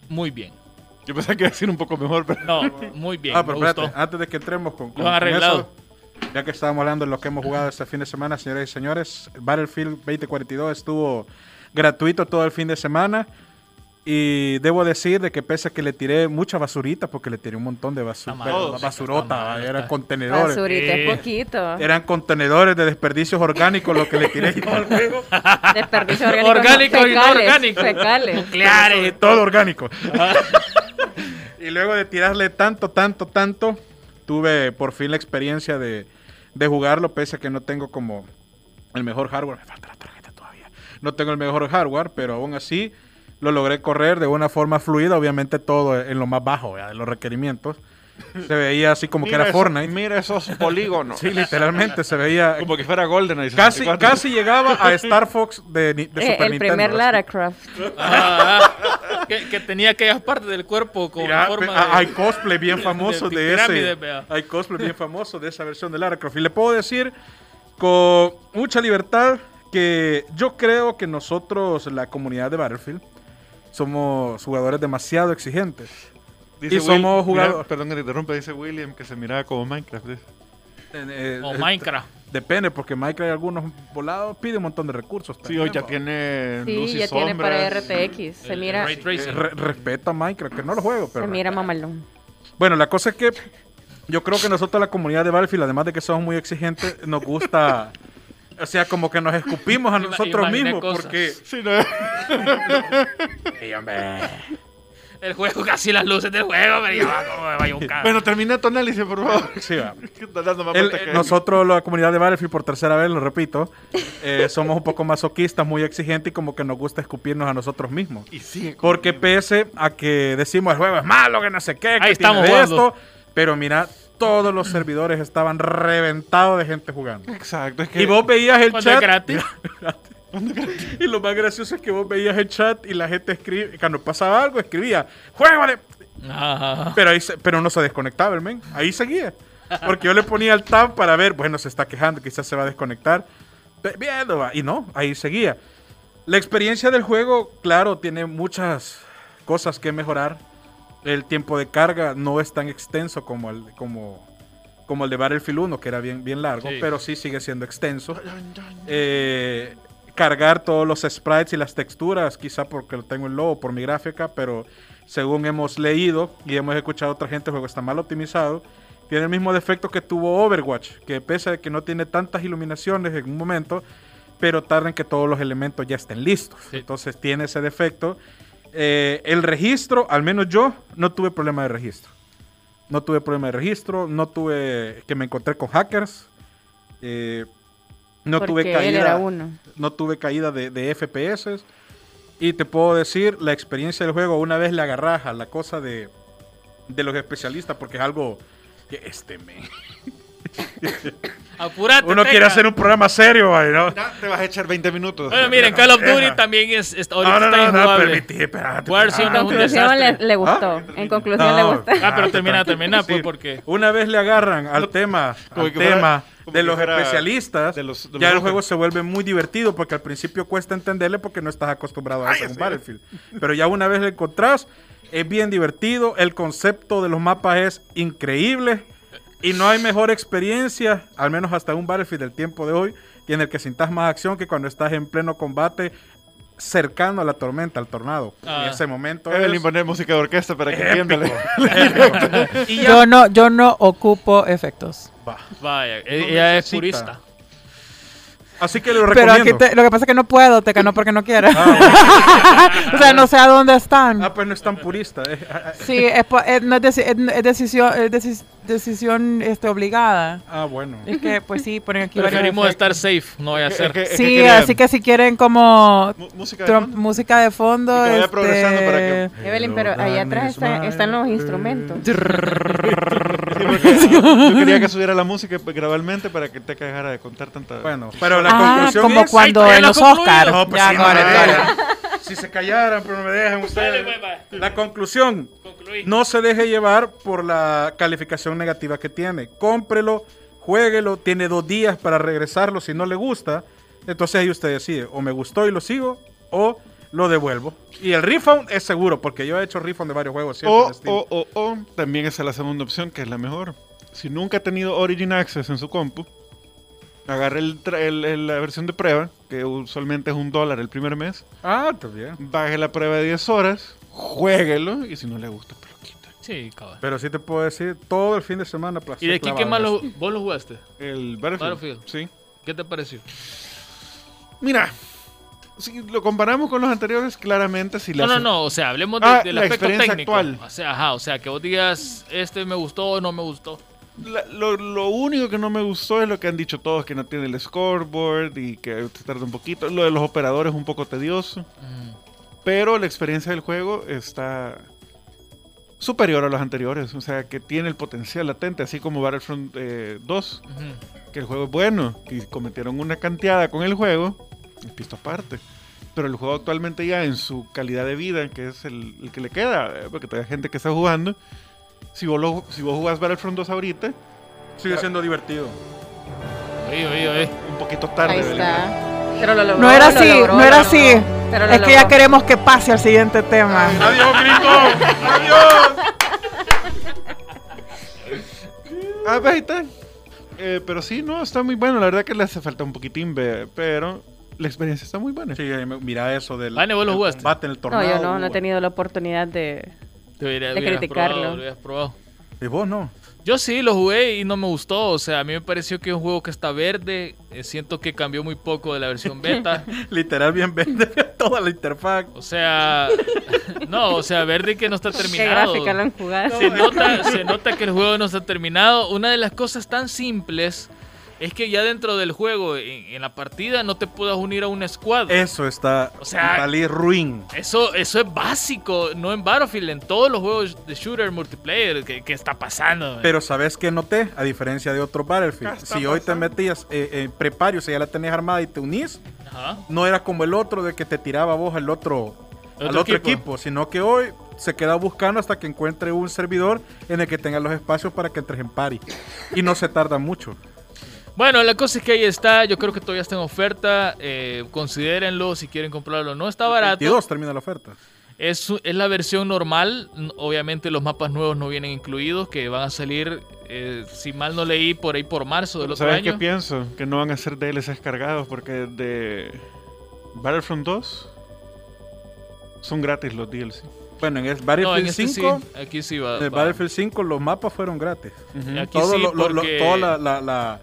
C: muy bien.
B: Yo pensaba que iba a decir un poco mejor, pero.
C: No, muy bien.
D: Ah, pero
C: me
D: espérate,
C: gustó.
D: antes de que entremos con, con-
C: Lo han
D: con
C: arreglado.
D: eso, ya que estábamos hablando de lo que hemos jugado este fin de semana, señoras y señores, Battlefield 2042 estuvo gratuito todo el fin de semana. Y debo decir de que pese a que le tiré mucha basurita, porque le tiré un montón de
C: Está
D: basura,
C: mal, está
D: basurota,
C: mal,
D: eran
C: está-
D: contenedores.
E: Basurita,
C: Eh.
E: es poquito.
D: Eran contenedores de desperdicios orgánicos lo que
C: (laughs)
D: le tiré (laughs) yo al juego.
E: Desperdicio orgánico.
C: Orgánico y no
E: fecales,
C: orgánico.
E: Fecales. Eh,
C: Nucleares.
D: todo orgánico. (laughs) y luego de tirarle tanto, tanto, tanto, tuve por fin la experiencia de, de jugarlo, pese a que no tengo como el mejor hardware. Me falta la tarjeta todavía. No tengo el mejor hardware, pero aún así lo logré correr de una forma fluida, obviamente todo en lo más bajo, ¿verdad? en los requerimientos. Se veía así como que
B: Mira
D: era
B: eso-
D: Fortnite.
B: Mira esos polígonos.
D: Sí, literalmente se veía
B: Como que fuera GoldenEye.
D: casi
B: 64.
D: casi llegaba a Star Fox de, ni- de
E: Eh,
D: Super
E: el
D: Nintendo.
E: primer
D: así.
E: Lara Croft.
C: Ah, ah, que, que tenía aquellas partes del cuerpo con
D: Mira,
C: forma
D: ah,
C: de...
D: hay cosplay bien
C: (laughs)
D: famoso
C: de
D: de,
C: pirámide,
D: ese.
C: vea.
D: Hay cosplay bien famoso de esa versión de Lara Croft. Y le puedo decir con mucha libertad que yo creo que nosotros, la comunidad de Battlefield, somos jugadores demasiado exigentes. y somos jugadores.
B: perdón que te interrumpa, dice William que se miraba como Minecraft. dice.
D: Eh, eh,
C: o
D: eh,
C: Minecraft.
D: Depende, porque Minecraft hay algunos volados, pide un montón de recursos.
B: Sí,
D: también,
B: hoy ya
D: va.
B: tiene luz
E: Sí,
B: y
E: ya tiene
B: sombras.
E: para RTX. Se
C: el
E: mira,
C: Ray
E: se
D: Eh,
C: Tracing.
D: re- respeta Minecraft, que no lo juego, pero.
E: mira mamalón.
D: Bueno, la cosa es que yo creo que nosotros, la comunidad de Battlefield, además de que somos muy exigentes, nos gusta. O sea, como que nos escupimos a
C: Ima-
D: nosotros
C: imaginé
D: mismos
C: cosas.
D: porque.
B: Sí, no es.
C: El juego, (laughs) casi las luces del juego, pero ya va, como me vaya un
B: (laughs)
C: carro.
B: Bueno, termina tu análisis, por favor. (laughs)
D: Sí, va.
B: Que está dando más
D: El- eh,
B: vueltas que-
D: nosotros, la comunidad de Battlefield, por tercera vez, lo repito, eh, somos un poco masoquistas, muy exigentes y como que nos gusta escupirnos a nosotros mismos.
B: Y sigue.
D: Porque pese a que decimos el juego es malo, que no sé qué, que
C: Ahí
D: tiene
C: estamos
D: de
C: jugando.
D: pero mira, todos los servidores estaban reventados de gente jugando.
B: Exacto, es que.
D: Y vos veías el
C: Cuando es
D: chat.
C: gratis.
D: Y lo más gracioso es que vos veías el chat y la gente escribía, cuando pasaba algo, escribía, ¡Juégale!
C: Ah,
D: Pero, ahí se- pero no se desconectaba el men, ahí seguía. Porque yo le ponía el tab para ver, bueno, se está quejando, quizás se va a desconectar. Ve- Viendo, va. y no, ahí seguía. La experiencia del juego, claro, tiene muchas cosas que mejorar. El tiempo de carga no es tan extenso como el, como, como el de Battlefield 1, que era bien, bien largo,
C: Sí.
D: pero sí sigue siendo extenso eh, cargar todos los sprites y las texturas, quizá porque lo tengo en lobo por mi gráfica, pero según hemos leído y hemos escuchado a otra gente, el juego está mal optimizado. Tiene el mismo defecto que tuvo Overwatch, que pese a que no tiene tantas iluminaciones en un momento, pero tarda en que todos los elementos ya estén listos.
C: Sí.
D: Entonces tiene ese defecto. Eh, el registro, al menos yo, no tuve problema de registro. No tuve problema de registro, no tuve que me encontré con hackers. eh, no
E: porque
D: tuve caída.
E: él era uno.
C: Ah,
D: No tuve caída de, de FPS. Y te puedo decir, la experiencia del juego, una vez le agarras a la cosa de, de los especialistas, porque es algo que este me.
C: Apúrate.
D: Uno quiere
C: Teca.
D: hacer un programa serio, vay, ¿no?
B: (laughs) Ya te vas a echar 20 minutos.
C: Bueno, miren, Call of Duty
D: Ejá.
C: también es, es-
D: No,
C: ahorita
D: no,
C: está
D: no, no,
C: injugable.
D: permití, espérate.
C: Warzone es
D: espérate.
E: En
C: un
E: conclusión le,
C: desastre.
E: le gustó.
B: Ah,
E: en conclusión le gustó.
C: Ah, pero termina,
D: tranquilo.
C: termina, pues, porque-
D: Una vez le agarran al tema,
B: como
D: al
B: que fuera-
D: tema
B: como
D: de
B: que
D: los
B: fuera
D: especialistas,
B: de los- de los
D: ya el
B: brokers.
D: juego se vuelve muy divertido porque al principio cuesta entenderle porque no estás acostumbrado a eso con Battlefield. Pero ya una vez le encontrás, es bien divertido, el concepto de los mapas es increíble y no hay mejor experiencia, al menos hasta un Battlefield del tiempo de hoy, que en el que sintas más acción que cuando estás en pleno combate cercano a la tormenta, al tornado.
C: Ah.
D: En ese momento
B: Evelyn,
D: es-
B: poner música de orquesta para que
D: Épico.
B: entiendan.
D: y ya-
F: Yo no, yo no ocupo efectos.
D: Va.
C: Vaya, e-
D: No
C: ella es
D: necesita.
C: purista.
D: Así que lo
F: Pero
D: recomiendo.
F: aquí te- lo que pasa es que no puedo, Teca, no porque no quiera. (laughs) o sea, no sé a dónde están.
D: Ah, pues no es tan purista. eh. Ah, ah,
F: Sí, es, po- es- no es, deci- es- es decisión, es decis- decisión este, obligada.
D: ah, bueno.
F: Es que, pues sí, ponen aquí varios
C: Preferimos
F: efectos.
C: estar safe, no voy a
B: Es que- es que-
C: hacer.
B: es que
F: Sí,
B: quería
F: así que si quieren como
B: (laughs) mu- Música de
F: trom-
B: fondo.
F: música de fondo.
B: Y que vaya
F: este,
B: progresando para que-
E: Evelyn, pero allá atrás están, están los instrumentos.
B: Sí, porque, ah, yo quería que subiera la música gradualmente para que te dejara de contar tanta.
D: Bueno, pero la
F: Ah,
D: conclusión
F: como
D: es...
F: cuando
C: Ay, ya
F: en
C: lo
F: los
C: concluyo.
F: Oscars.
D: No, pues
F: Ya,
D: sí, no
F: ahora,
B: Ah,
D: me
F: ahora.
D: dejan. Si se callaran, pero no me dejan
C: Dale,
D: ustedes.
C: pues, va.
D: La conclusión,
C: Concluí.
D: no se deje llevar por la calificación negativa que tiene. Cómprelo, juéguelo, tiene dos días para regresarlo si no le gusta. Entonces ahí usted decide, o me gustó y lo sigo, o lo devuelvo. Y el refund es seguro, porque yo he hecho refund de varios juegos siempre
B: O,
D: en Steam.
B: o, o, o, también esa es la segunda opción, que es la mejor. Si nunca ha tenido Origin Access en su compu, agarre el, tra- el- el- la versión de prueba, que usualmente es un dólar el primer mes,
D: Ah, también.
B: baje la prueba de 10 horas, juéguelo, y si no le gusta, pues lo quita.
C: Sí, cabrón.
D: Pero sí te puedo decir, todo el fin de semana plas-
C: ¿Y de aquí qué
D: clavado
C: más
D: en
C: lo-
D: esto.
C: vos lo jugaste?
B: El Battlefield.
C: Battlefield.
B: Sí.
C: ¿Qué te pareció?
B: Mira, si lo comparamos con los anteriores, claramente si le
C: No, no,
B: hacen-
C: no, o sea, hablemos de,
B: Ah,
C: del
B: la
C: aspecto
B: experiencia
C: técnico.
B: actual.
C: O sea, ajá, o sea, que vos digas, este me gustó o no me gustó.
B: La- lo, lo único que no me gustó es lo que han dicho todos, que no tiene el scoreboard y que te tarda un poquito. Lo de los operadores es un poco tedioso.
C: Mm,
B: Pero la experiencia del juego está superior a los anteriores. O sea, que tiene el potencial latente, así como Battlefront eh, 2,
C: Ujú.
B: que el juego es bueno y cometieron una canteada con el juego, es pisto aparte. Pero el juego actualmente ya en su calidad de vida, que es el, el que le queda, eh, porque todavía hay gente que está jugando. Si vos, lo- si vos jugás Battlefront 2 ahorita,
D: Sigue siendo divertido.
C: Oí, oí, oí.
B: un poquito tarde.
E: Ahí
B: ¿verdad?
E: está. Pero lo logró.
F: No era
E: lo
F: así,
E: logró,
F: no
E: lo
F: era
E: logró.
F: así.
E: Pero lo
F: Es que ya
E: logró.
F: queremos que pase al siguiente tema.
D: ¡Adiós, gringo! ¡Adiós!
B: Ah, pues ahí está. Eh, pero sí, no, está muy bueno. La verdad que le hace falta un poquitín, ve, pero la experiencia está muy buena.
D: Sí, eh, mira eso del,
C: Vane, vos lo
D: del
C: jugaste.
D: combate en el
E: No,
D: torneo.
E: yo no, no he tenido la oportunidad de...
C: Te hubiera-
E: De
C: hubieras
E: criticarlo.
C: probado, lo hubieras probado.
D: ¿Y vos no?
C: Yo sí lo jugué y no me gustó, o sea, a mí me pareció que es un juego que está verde, eh, siento que cambió muy poco de la
D: (laughs)
C: versión beta,
D: Literal, bien vende (laughs) toda la interfaz.
C: o sea, (laughs) no, o sea, verde que no está
E: ¿Qué
C: terminado.
E: gráfica lo han jugado?
C: Se nota,
D: (laughs)
C: se nota que el juego no está terminado. Una de las cosas tan simples es que ya dentro del juego, en, en la partida, no te puedas unir a una squad.
D: Eso está
C: O sea-
D: talí ruin.
C: Eso, eso es básico, no en Battlefield, en todos los juegos de shooter multiplayer que, que está pasando. man.
D: Pero ¿sabes qué noté? A diferencia de otros Battlefield. Si hoy te metías eh, eh, preparo, si ya la tenés armada y te unís,
C: Ajá.
D: no era como el otro de que te tiraba vos al otro,
C: ¿Otro
D: al otro
C: equipo?
D: equipo. sino que hoy se queda buscando hasta que encuentre un servidor en el que tenga los espacios para que entres en party. Y no se tarda mucho.
C: Bueno, la cosa es que ahí está, yo creo que todavía está en oferta, eh, considérenlo si quieren comprarlo, no está barato.
D: 22 termina la oferta.
C: Es, es la versión normal. N- Obviamente los mapas nuevos no vienen incluidos, que van a salir, eh, si mal no leí, por ahí por marzo del
B: Pero
C: otro
B: ¿Sabes qué
C: año.
B: pienso? Que no van a ser DLCs cargados porque de Battlefront 2 son gratis los DLC.
D: Bueno, en el
C: No, en
D: Battlefield
C: este
D: 5,
C: sí, aquí sí va.
D: en el
C: va.
D: Battlefield 5 los mapas fueron gratis.
C: Aquí
D: Todo
C: sí,
D: lo- lo- lo-
C: porque-
D: toda la, la- la-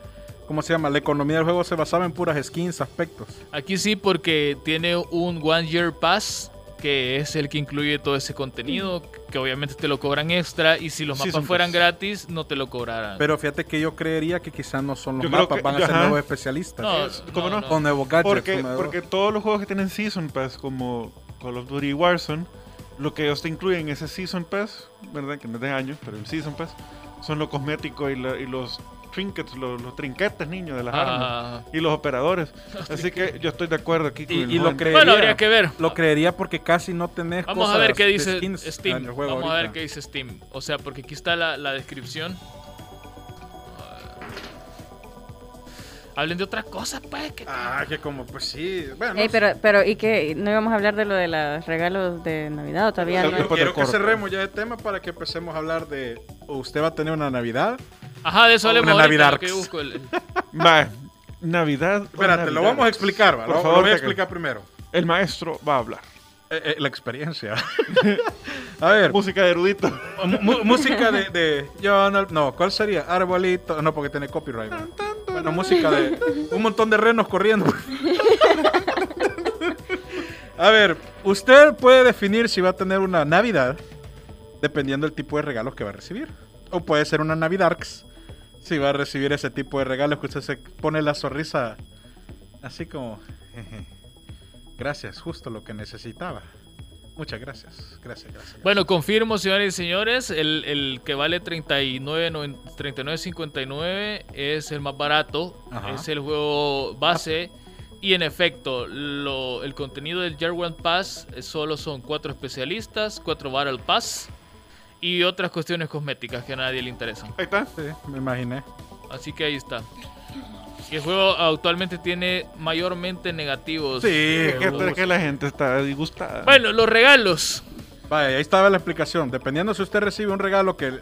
D: ¿cómo se llama? La economía del juego se basaba en puras skins, aspectos.
C: Aquí sí porque tiene un One Year Pass que es el que incluye todo ese contenido, que obviamente te lo cobran extra, y si los
B: Sí,
C: mapas
B: son
C: fueran
B: cosas.
C: gratis, no te lo cobraran.
D: Pero fíjate que yo creería que quizás no son los
B: Yo creo
D: mapas,
B: que-
D: van a ser
B: ajá.
D: nuevos especialistas.
C: No,
B: ¿cómo
C: no,
B: no?
C: no.
D: Con nuevos gadgets.
B: Porque,
D: con nuevos-
B: porque todos los juegos que tienen Season Pass, como Call of Duty y Warzone, lo que ellos te incluyen ese Season Pass, ¿verdad? Que no es de años, pero el Season Pass, son los cosméticos y, la- y los trinkets, los, los trinquetes, niño, de las armas.
C: Ah,
B: Y los operadores. Así
D: (laughs)
B: que yo estoy de acuerdo aquí con
D: Y-
B: el
D: y lo
B: joven.
D: creería.
C: bueno, habría que ver.
D: Lo creería porque casi no tenés
C: Vamos a
D: cosas
C: ver qué
D: de
C: dice
D: skins en
C: Steam.
D: el
C: Vamos
D: juego
C: a ver
D: ahorita.
C: qué dice Steam. O sea, porque aquí está la, la descripción. Ah. Hablen de otras cosas, pues. que-
D: Ah, que como, pues sí. Bueno,
E: Ey, pero, pero, ¿y qué? ¿No íbamos a hablar de lo de los regalos de Navidad o todavía
D: Quiero-
E: no?
B: Después
D: quiero
B: del
D: que
B: corte.
D: cerremos ya el tema para que empecemos a hablar de. o ¿Usted va a tener una Navidad?
C: Ajá, de eso hablemos
D: Una
C: ahorita,
D: Navidad.
C: lo que busco el- el-
B: Va, Navidad.
D: Espérate, lo vamos a explicar, ¿va?
B: Por
D: Lo, lo
B: favor,
D: voy a
B: Teca.
D: explicar primero.
B: El maestro va a
D: (laughs)
B: hablar.
D: Eh, eh, la experiencia. (laughs) a ver,
B: Música de erudito.
D: mu- mu- música de. de- yo no, no, ¿cuál sería? Arbolito. No, porque tiene copyright. ¿va? Bueno, música de. Un montón de renos corriendo. (laughs) a ver, usted puede definir si va a tener una Navidad dependiendo del tipo de regalos que va a recibir. O puede ser una Navidarks si va a recibir ese tipo de regalos que usted se pone la sonrisa así como. "Jeje, Gracias, justo lo que necesitaba. Muchas gracias, gracias, gracias.
C: Bueno, confirmo, señores y señores, el, el que vale 39, noven- 39.59 es el más barato,
D: Ajá.
C: es el juego base y en efecto, lo- el contenido del Year One Pass eh, solo son cuatro especialistas, cuatro Battle Pass y otras cuestiones cosméticas que a nadie le interesan.
B: Ahí está.
D: Sí, me imaginé.
C: Así que ahí está. Y el juego actualmente tiene mayormente negativos.
D: Sí,
B: Es que,
C: juegos.
B: es que la gente está disgustada.
C: Bueno, los regalos.
D: Vaya, ahí estaba la explicación. Dependiendo si usted recibe un regalo que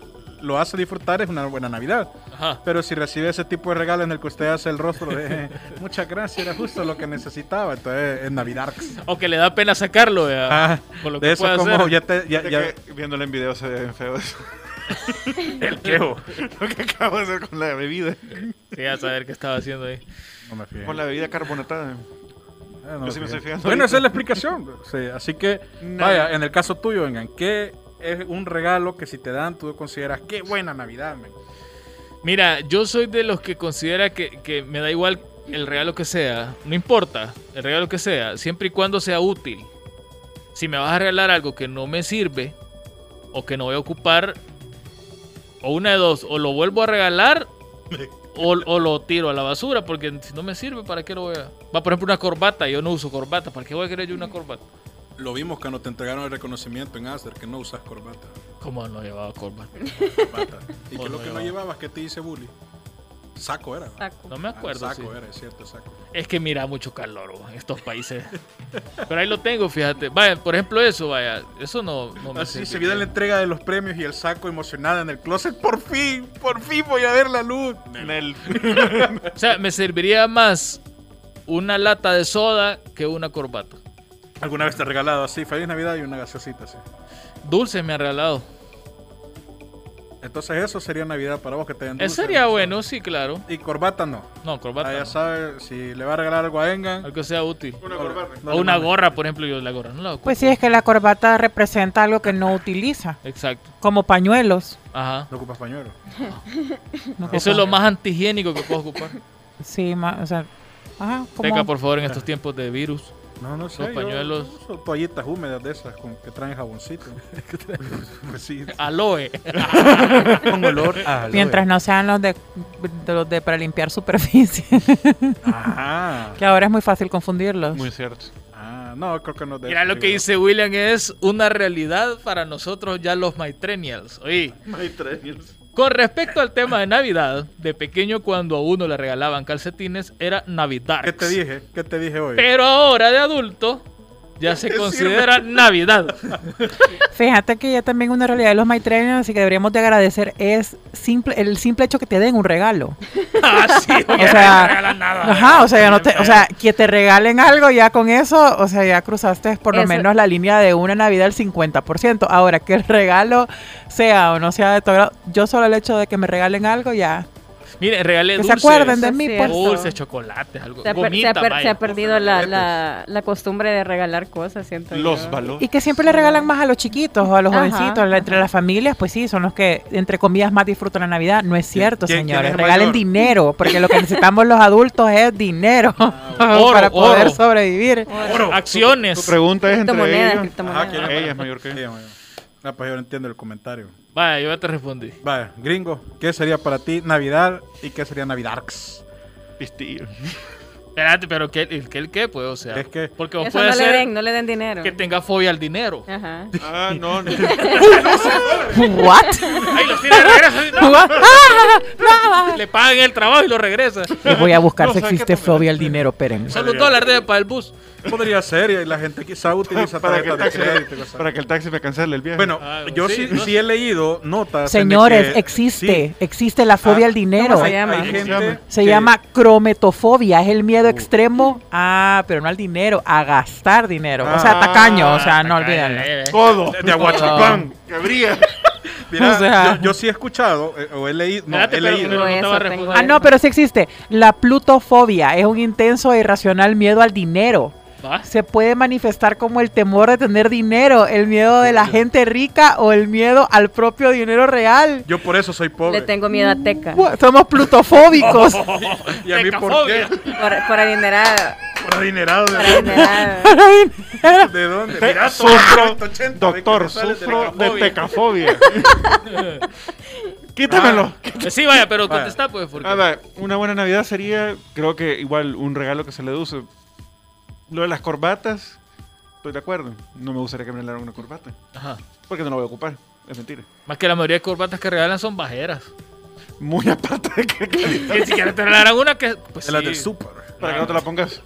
D: lo hace disfrutar, es una buena Navidad.
C: Ajá.
D: Pero si recibe ese tipo de regalo en el que usted hace el rostro de (laughs) "Eh, muchas gracias, era justo lo que necesitaba, entonces es Navidad.
C: O que le da pena sacarlo, ¿verdad?
D: Ah,
C: Por lo que
D: de eso
C: puede
D: como
C: hacer.
D: ya te... Ya,
B: De
D: ya-
B: que viéndolo en video se ve bien feo eso.
D: (laughs) el quejo.
B: (laughs) Lo que acabo de hacer con la bebida.
C: Sí, a saber qué estaba haciendo ahí.
D: No me fijé.
B: Con la bebida carbonatada.
D: Ah, no
B: yo sí me
D: fijé.
B: estoy fijando
D: Bueno,
B: ahorita.
D: esa es la explicación. Sí, así que,
B: No.
D: vaya, en el caso tuyo, vengan, ¿qué es un regalo que si te dan, tú consideras qué buena Navidad, men?
C: Mira, yo soy de los que considera que, que me da igual el regalo que sea. No importa el regalo que sea, siempre y cuando sea útil. Si me vas a regalar algo que no me sirve o que no voy a ocupar, o una de dos, o lo vuelvo a regalar o, o lo tiro a la basura, porque si no me sirve, ¿para qué lo voy a...? Va, por ejemplo, una corbata, yo no uso corbata, ¿para qué voy a querer yo una corbata?
D: Lo vimos cuando te entregaron el reconocimiento en Aster, que no usas corbata.
C: ¿Cómo no llevaba corbata?
D: corbata. ¿Y que
C: Bueno,
D: lo que
C: ya
D: no
C: va.
D: llevabas? ¿Qué te dice bully? Saco era. ¿va?
E: Saco.
C: No me acuerdo.
D: Ah,
C: sí.
D: saco era, es cierto, saco.
C: Es que mira mucho calor bo, en estos países. Pero ahí lo tengo, fíjate. Vaya, por ejemplo, eso, vaya. Eso no, no me
D: Así se
C: sirve.
D: viene la entrega de los premios y el saco emocionada en el closet. Por fin, por fin voy a ver la luz.
B: Nel.
C: O sea, me serviría más una lata de soda que una corbata.
D: ¿Alguna vez te ha regalado así? Feliz Navidad y una gaseosita así.
C: Dulces me han regalado.
D: Entonces eso sería Navidad para vos que te den
C: Eso
D: dulce,
C: Eh, sería
D: ¿no?
C: bueno, sí, claro.
D: Y corbata no.
C: No,
D: Ah,
C: corbata.
D: ya
C: no.
D: sabe, si le va a regalar algo a Engan.
C: Algo que sea útil.
B: Una corbata.
D: no
C: o
D: le
C: una
D: mames.
C: gorra, por ejemplo, yo la gorra no la ocupo.
F: Pues sí, es que la corbata representa algo que no utiliza,
C: Exacto.
F: como pañuelos.
C: Ajá.
D: No ocupas pañuelo.
F: No
C: Eso es lo
F: ocupa-
C: más antihigiénico que puedo ocupar.
F: Sí, ma- o sea, ajá, como-
C: Teca, por favor, en estos tiempos de virus.
D: No, no sé.
C: Los
D: yo
C: pañuelos.
D: uso toallitas húmedas de esas con, que traen (laughs) jaboncito. (laughs) pues sí.
C: Aloe.
D: (laughs) Con olor a aloe.
F: Mientras no sean los de, de los de para limpiar superficie, (laughs)
D: Ajá.
F: que ahora es muy fácil confundirlos.
B: Muy cierto.
D: Ah, no, creo que no es de
C: Mira lo que
D: digo.
C: dice William es una realidad para nosotros ya los Maitrenials. Oye. Con respecto al tema de Navidad, de pequeño cuando a uno le regalaban calcetines era Navidad.
D: ¿Qué te dije? ¿Qué te dije hoy?
C: Pero ahora de adulto ya
F: (laughs)
C: se considera Navidad.
F: Fíjate que ya también una realidad de los maitreños, así que deberíamos de agradecer es simple el simple hecho que te den un regalo.
C: Así,
F: O sea, ajá, o sea, ya no te- o sea, que te regalen algo ya con eso, o sea, ya cruzaste por lo
E: Eso-
F: menos la línea de una Navidad al 50%. Ahora, que el regalo sea o no sea de todo, yo solo el hecho de que me regalen algo ya
C: Mire, regalé
F: Que se
C: dulces.
F: acuerden de mí,
E: Sí,
F: pues.
C: Dulces, chocolates, algo.
E: Se ha, per-
C: Gomita,
E: se ha per- se
C: vaya.
E: ha perdido
D: Pues,
E: la, la- la costumbre de regalar cosas, siento
B: Los
E: yo.
B: valores.
F: Y que siempre le regalan más a los chiquitos o a los
E: Ajá,
F: jovencitos. la- Entre las familias, pues sí, son los que, entre comillas, más disfrutan la Navidad. No es cierto,
D: ¿Quién- quién
F: señores.
D: es
F: Regalen
D: mayor?
F: dinero, porque lo que necesitamos los adultos es dinero
C: bueno.
F: (laughs) para
C: Oro,
F: poder
C: oro.
F: sobrevivir.
B: Tu
C: Acciones.
B: pregunta es entre
E: Criptomonedas,
B: ellos.
E: criptomonedas.
D: Ajá, ¿quién
B: Ella es mayor que él.
D: Sí, amigo. Ah, pues yo no entiendo el comentario.
C: Vaya, yo ya te respondí.
D: Vaya, gringo, ¿qué sería para ti Navidad y qué sería Navidarks?
B: Pistillo.
C: Espérate, pero ¿qué, el, qué, el qué? Pues, o sea.
D: Es que-
C: Porque vos
E: Eso
C: puede
E: no le
C: ser
E: den, no le den dinero.
C: que tenga fobia al dinero.
E: Ajá.
B: Ah, no,
D: (laughs)
B: no.
F: ¿What? (laughs)
C: Ahí los tira de regreso. y no,
F: What? (laughs) Ah, nada.
C: le pagan el trabajo y lo regresa.
F: Les voy a buscar
B: No,
F: si
B: ¿sabes qué
F: existe
B: también?
F: fobia al dinero, esperen.
C: Solo un dólar de- para el bus.
D: Podría ser, y la gente quizá
B: (laughs)
D: utiliza
B: para, que el
D: tarjetas de
B: taxi,
D: crédito. y cosas.
B: para que el taxi me cancele el viaje.
D: Bueno,
C: Ah,
D: yo
C: sí,
D: sí,
C: no
D: sí he leído notas. en de
F: Señores,
D: que-
F: existe,
D: sí,
F: existe la fobia
D: Ah,
F: al dinero.
E: ¿cómo
D: hay-
E: se llama?
D: hay gente
B: llama?
F: Se
D: que-
F: llama crometofobia, es el miedo extremo. Ah, pero no al dinero, a gastar dinero. o sea,
B: Ah,
F: tacaño, o sea, no
C: Tacaño,
F: olvídenlo.
C: eh, eh.
B: Todo.
D: de Aguachapán.
B: Que brilla.
D: Mira,
F: (laughs) O sea-
D: yo, yo sí he escuchado, eh, o he leído, no,
C: Espérate,
D: he
C: pero-
D: leído.
C: pero no te
E: Eso
C: va a
E: tengo.
C: responder.
F: Ah, no, pero sí existe. La plutofobia es un intenso e irracional miedo al dinero.
C: Va.
F: Se puede manifestar como el temor de tener dinero, el miedo de la gente rica o el miedo al propio dinero real.
D: Yo por eso soy
E: Le
D: pobre.
E: tengo miedo a Teca.
F: Bu- Somos
C: (laughs)
F: plutofóbicos.
D: ¿Y a mí por qué?
C: Tecafobia.
E: Por, por adinerada.
D: (laughs) Por adinerado.
E: Por
D: ¿De,
E: adinerada.
D: ¿De dónde?
B: Te-
D: Mira,
B: sufro,
D: 180, ve que
B: doctor,
D: me sale
B: sufro de
D: tecafobia.
B: tecafobia. (laughs) Ah, Quítamelo.
C: Sí, vaya, pero
D: Vaya.
C: contesta pues. Porque...
B: Ah, va, una buena Navidad sería, creo que igual un regalo que se le deduce. Lo de las corbatas, estoy de acuerdo. No me gustaría que me regalaran una corbata,
C: Ajá.
B: porque no la voy a ocupar. Es mentira.
C: Más que la mayoría de corbatas que regalan son (laughs) bajeras.
B: Muy (laughs) aparte de que, que-
C: Y si quieres te regalan una que. Pues,
D: De las
C: sí.
D: del super.
B: para que no te la pongas.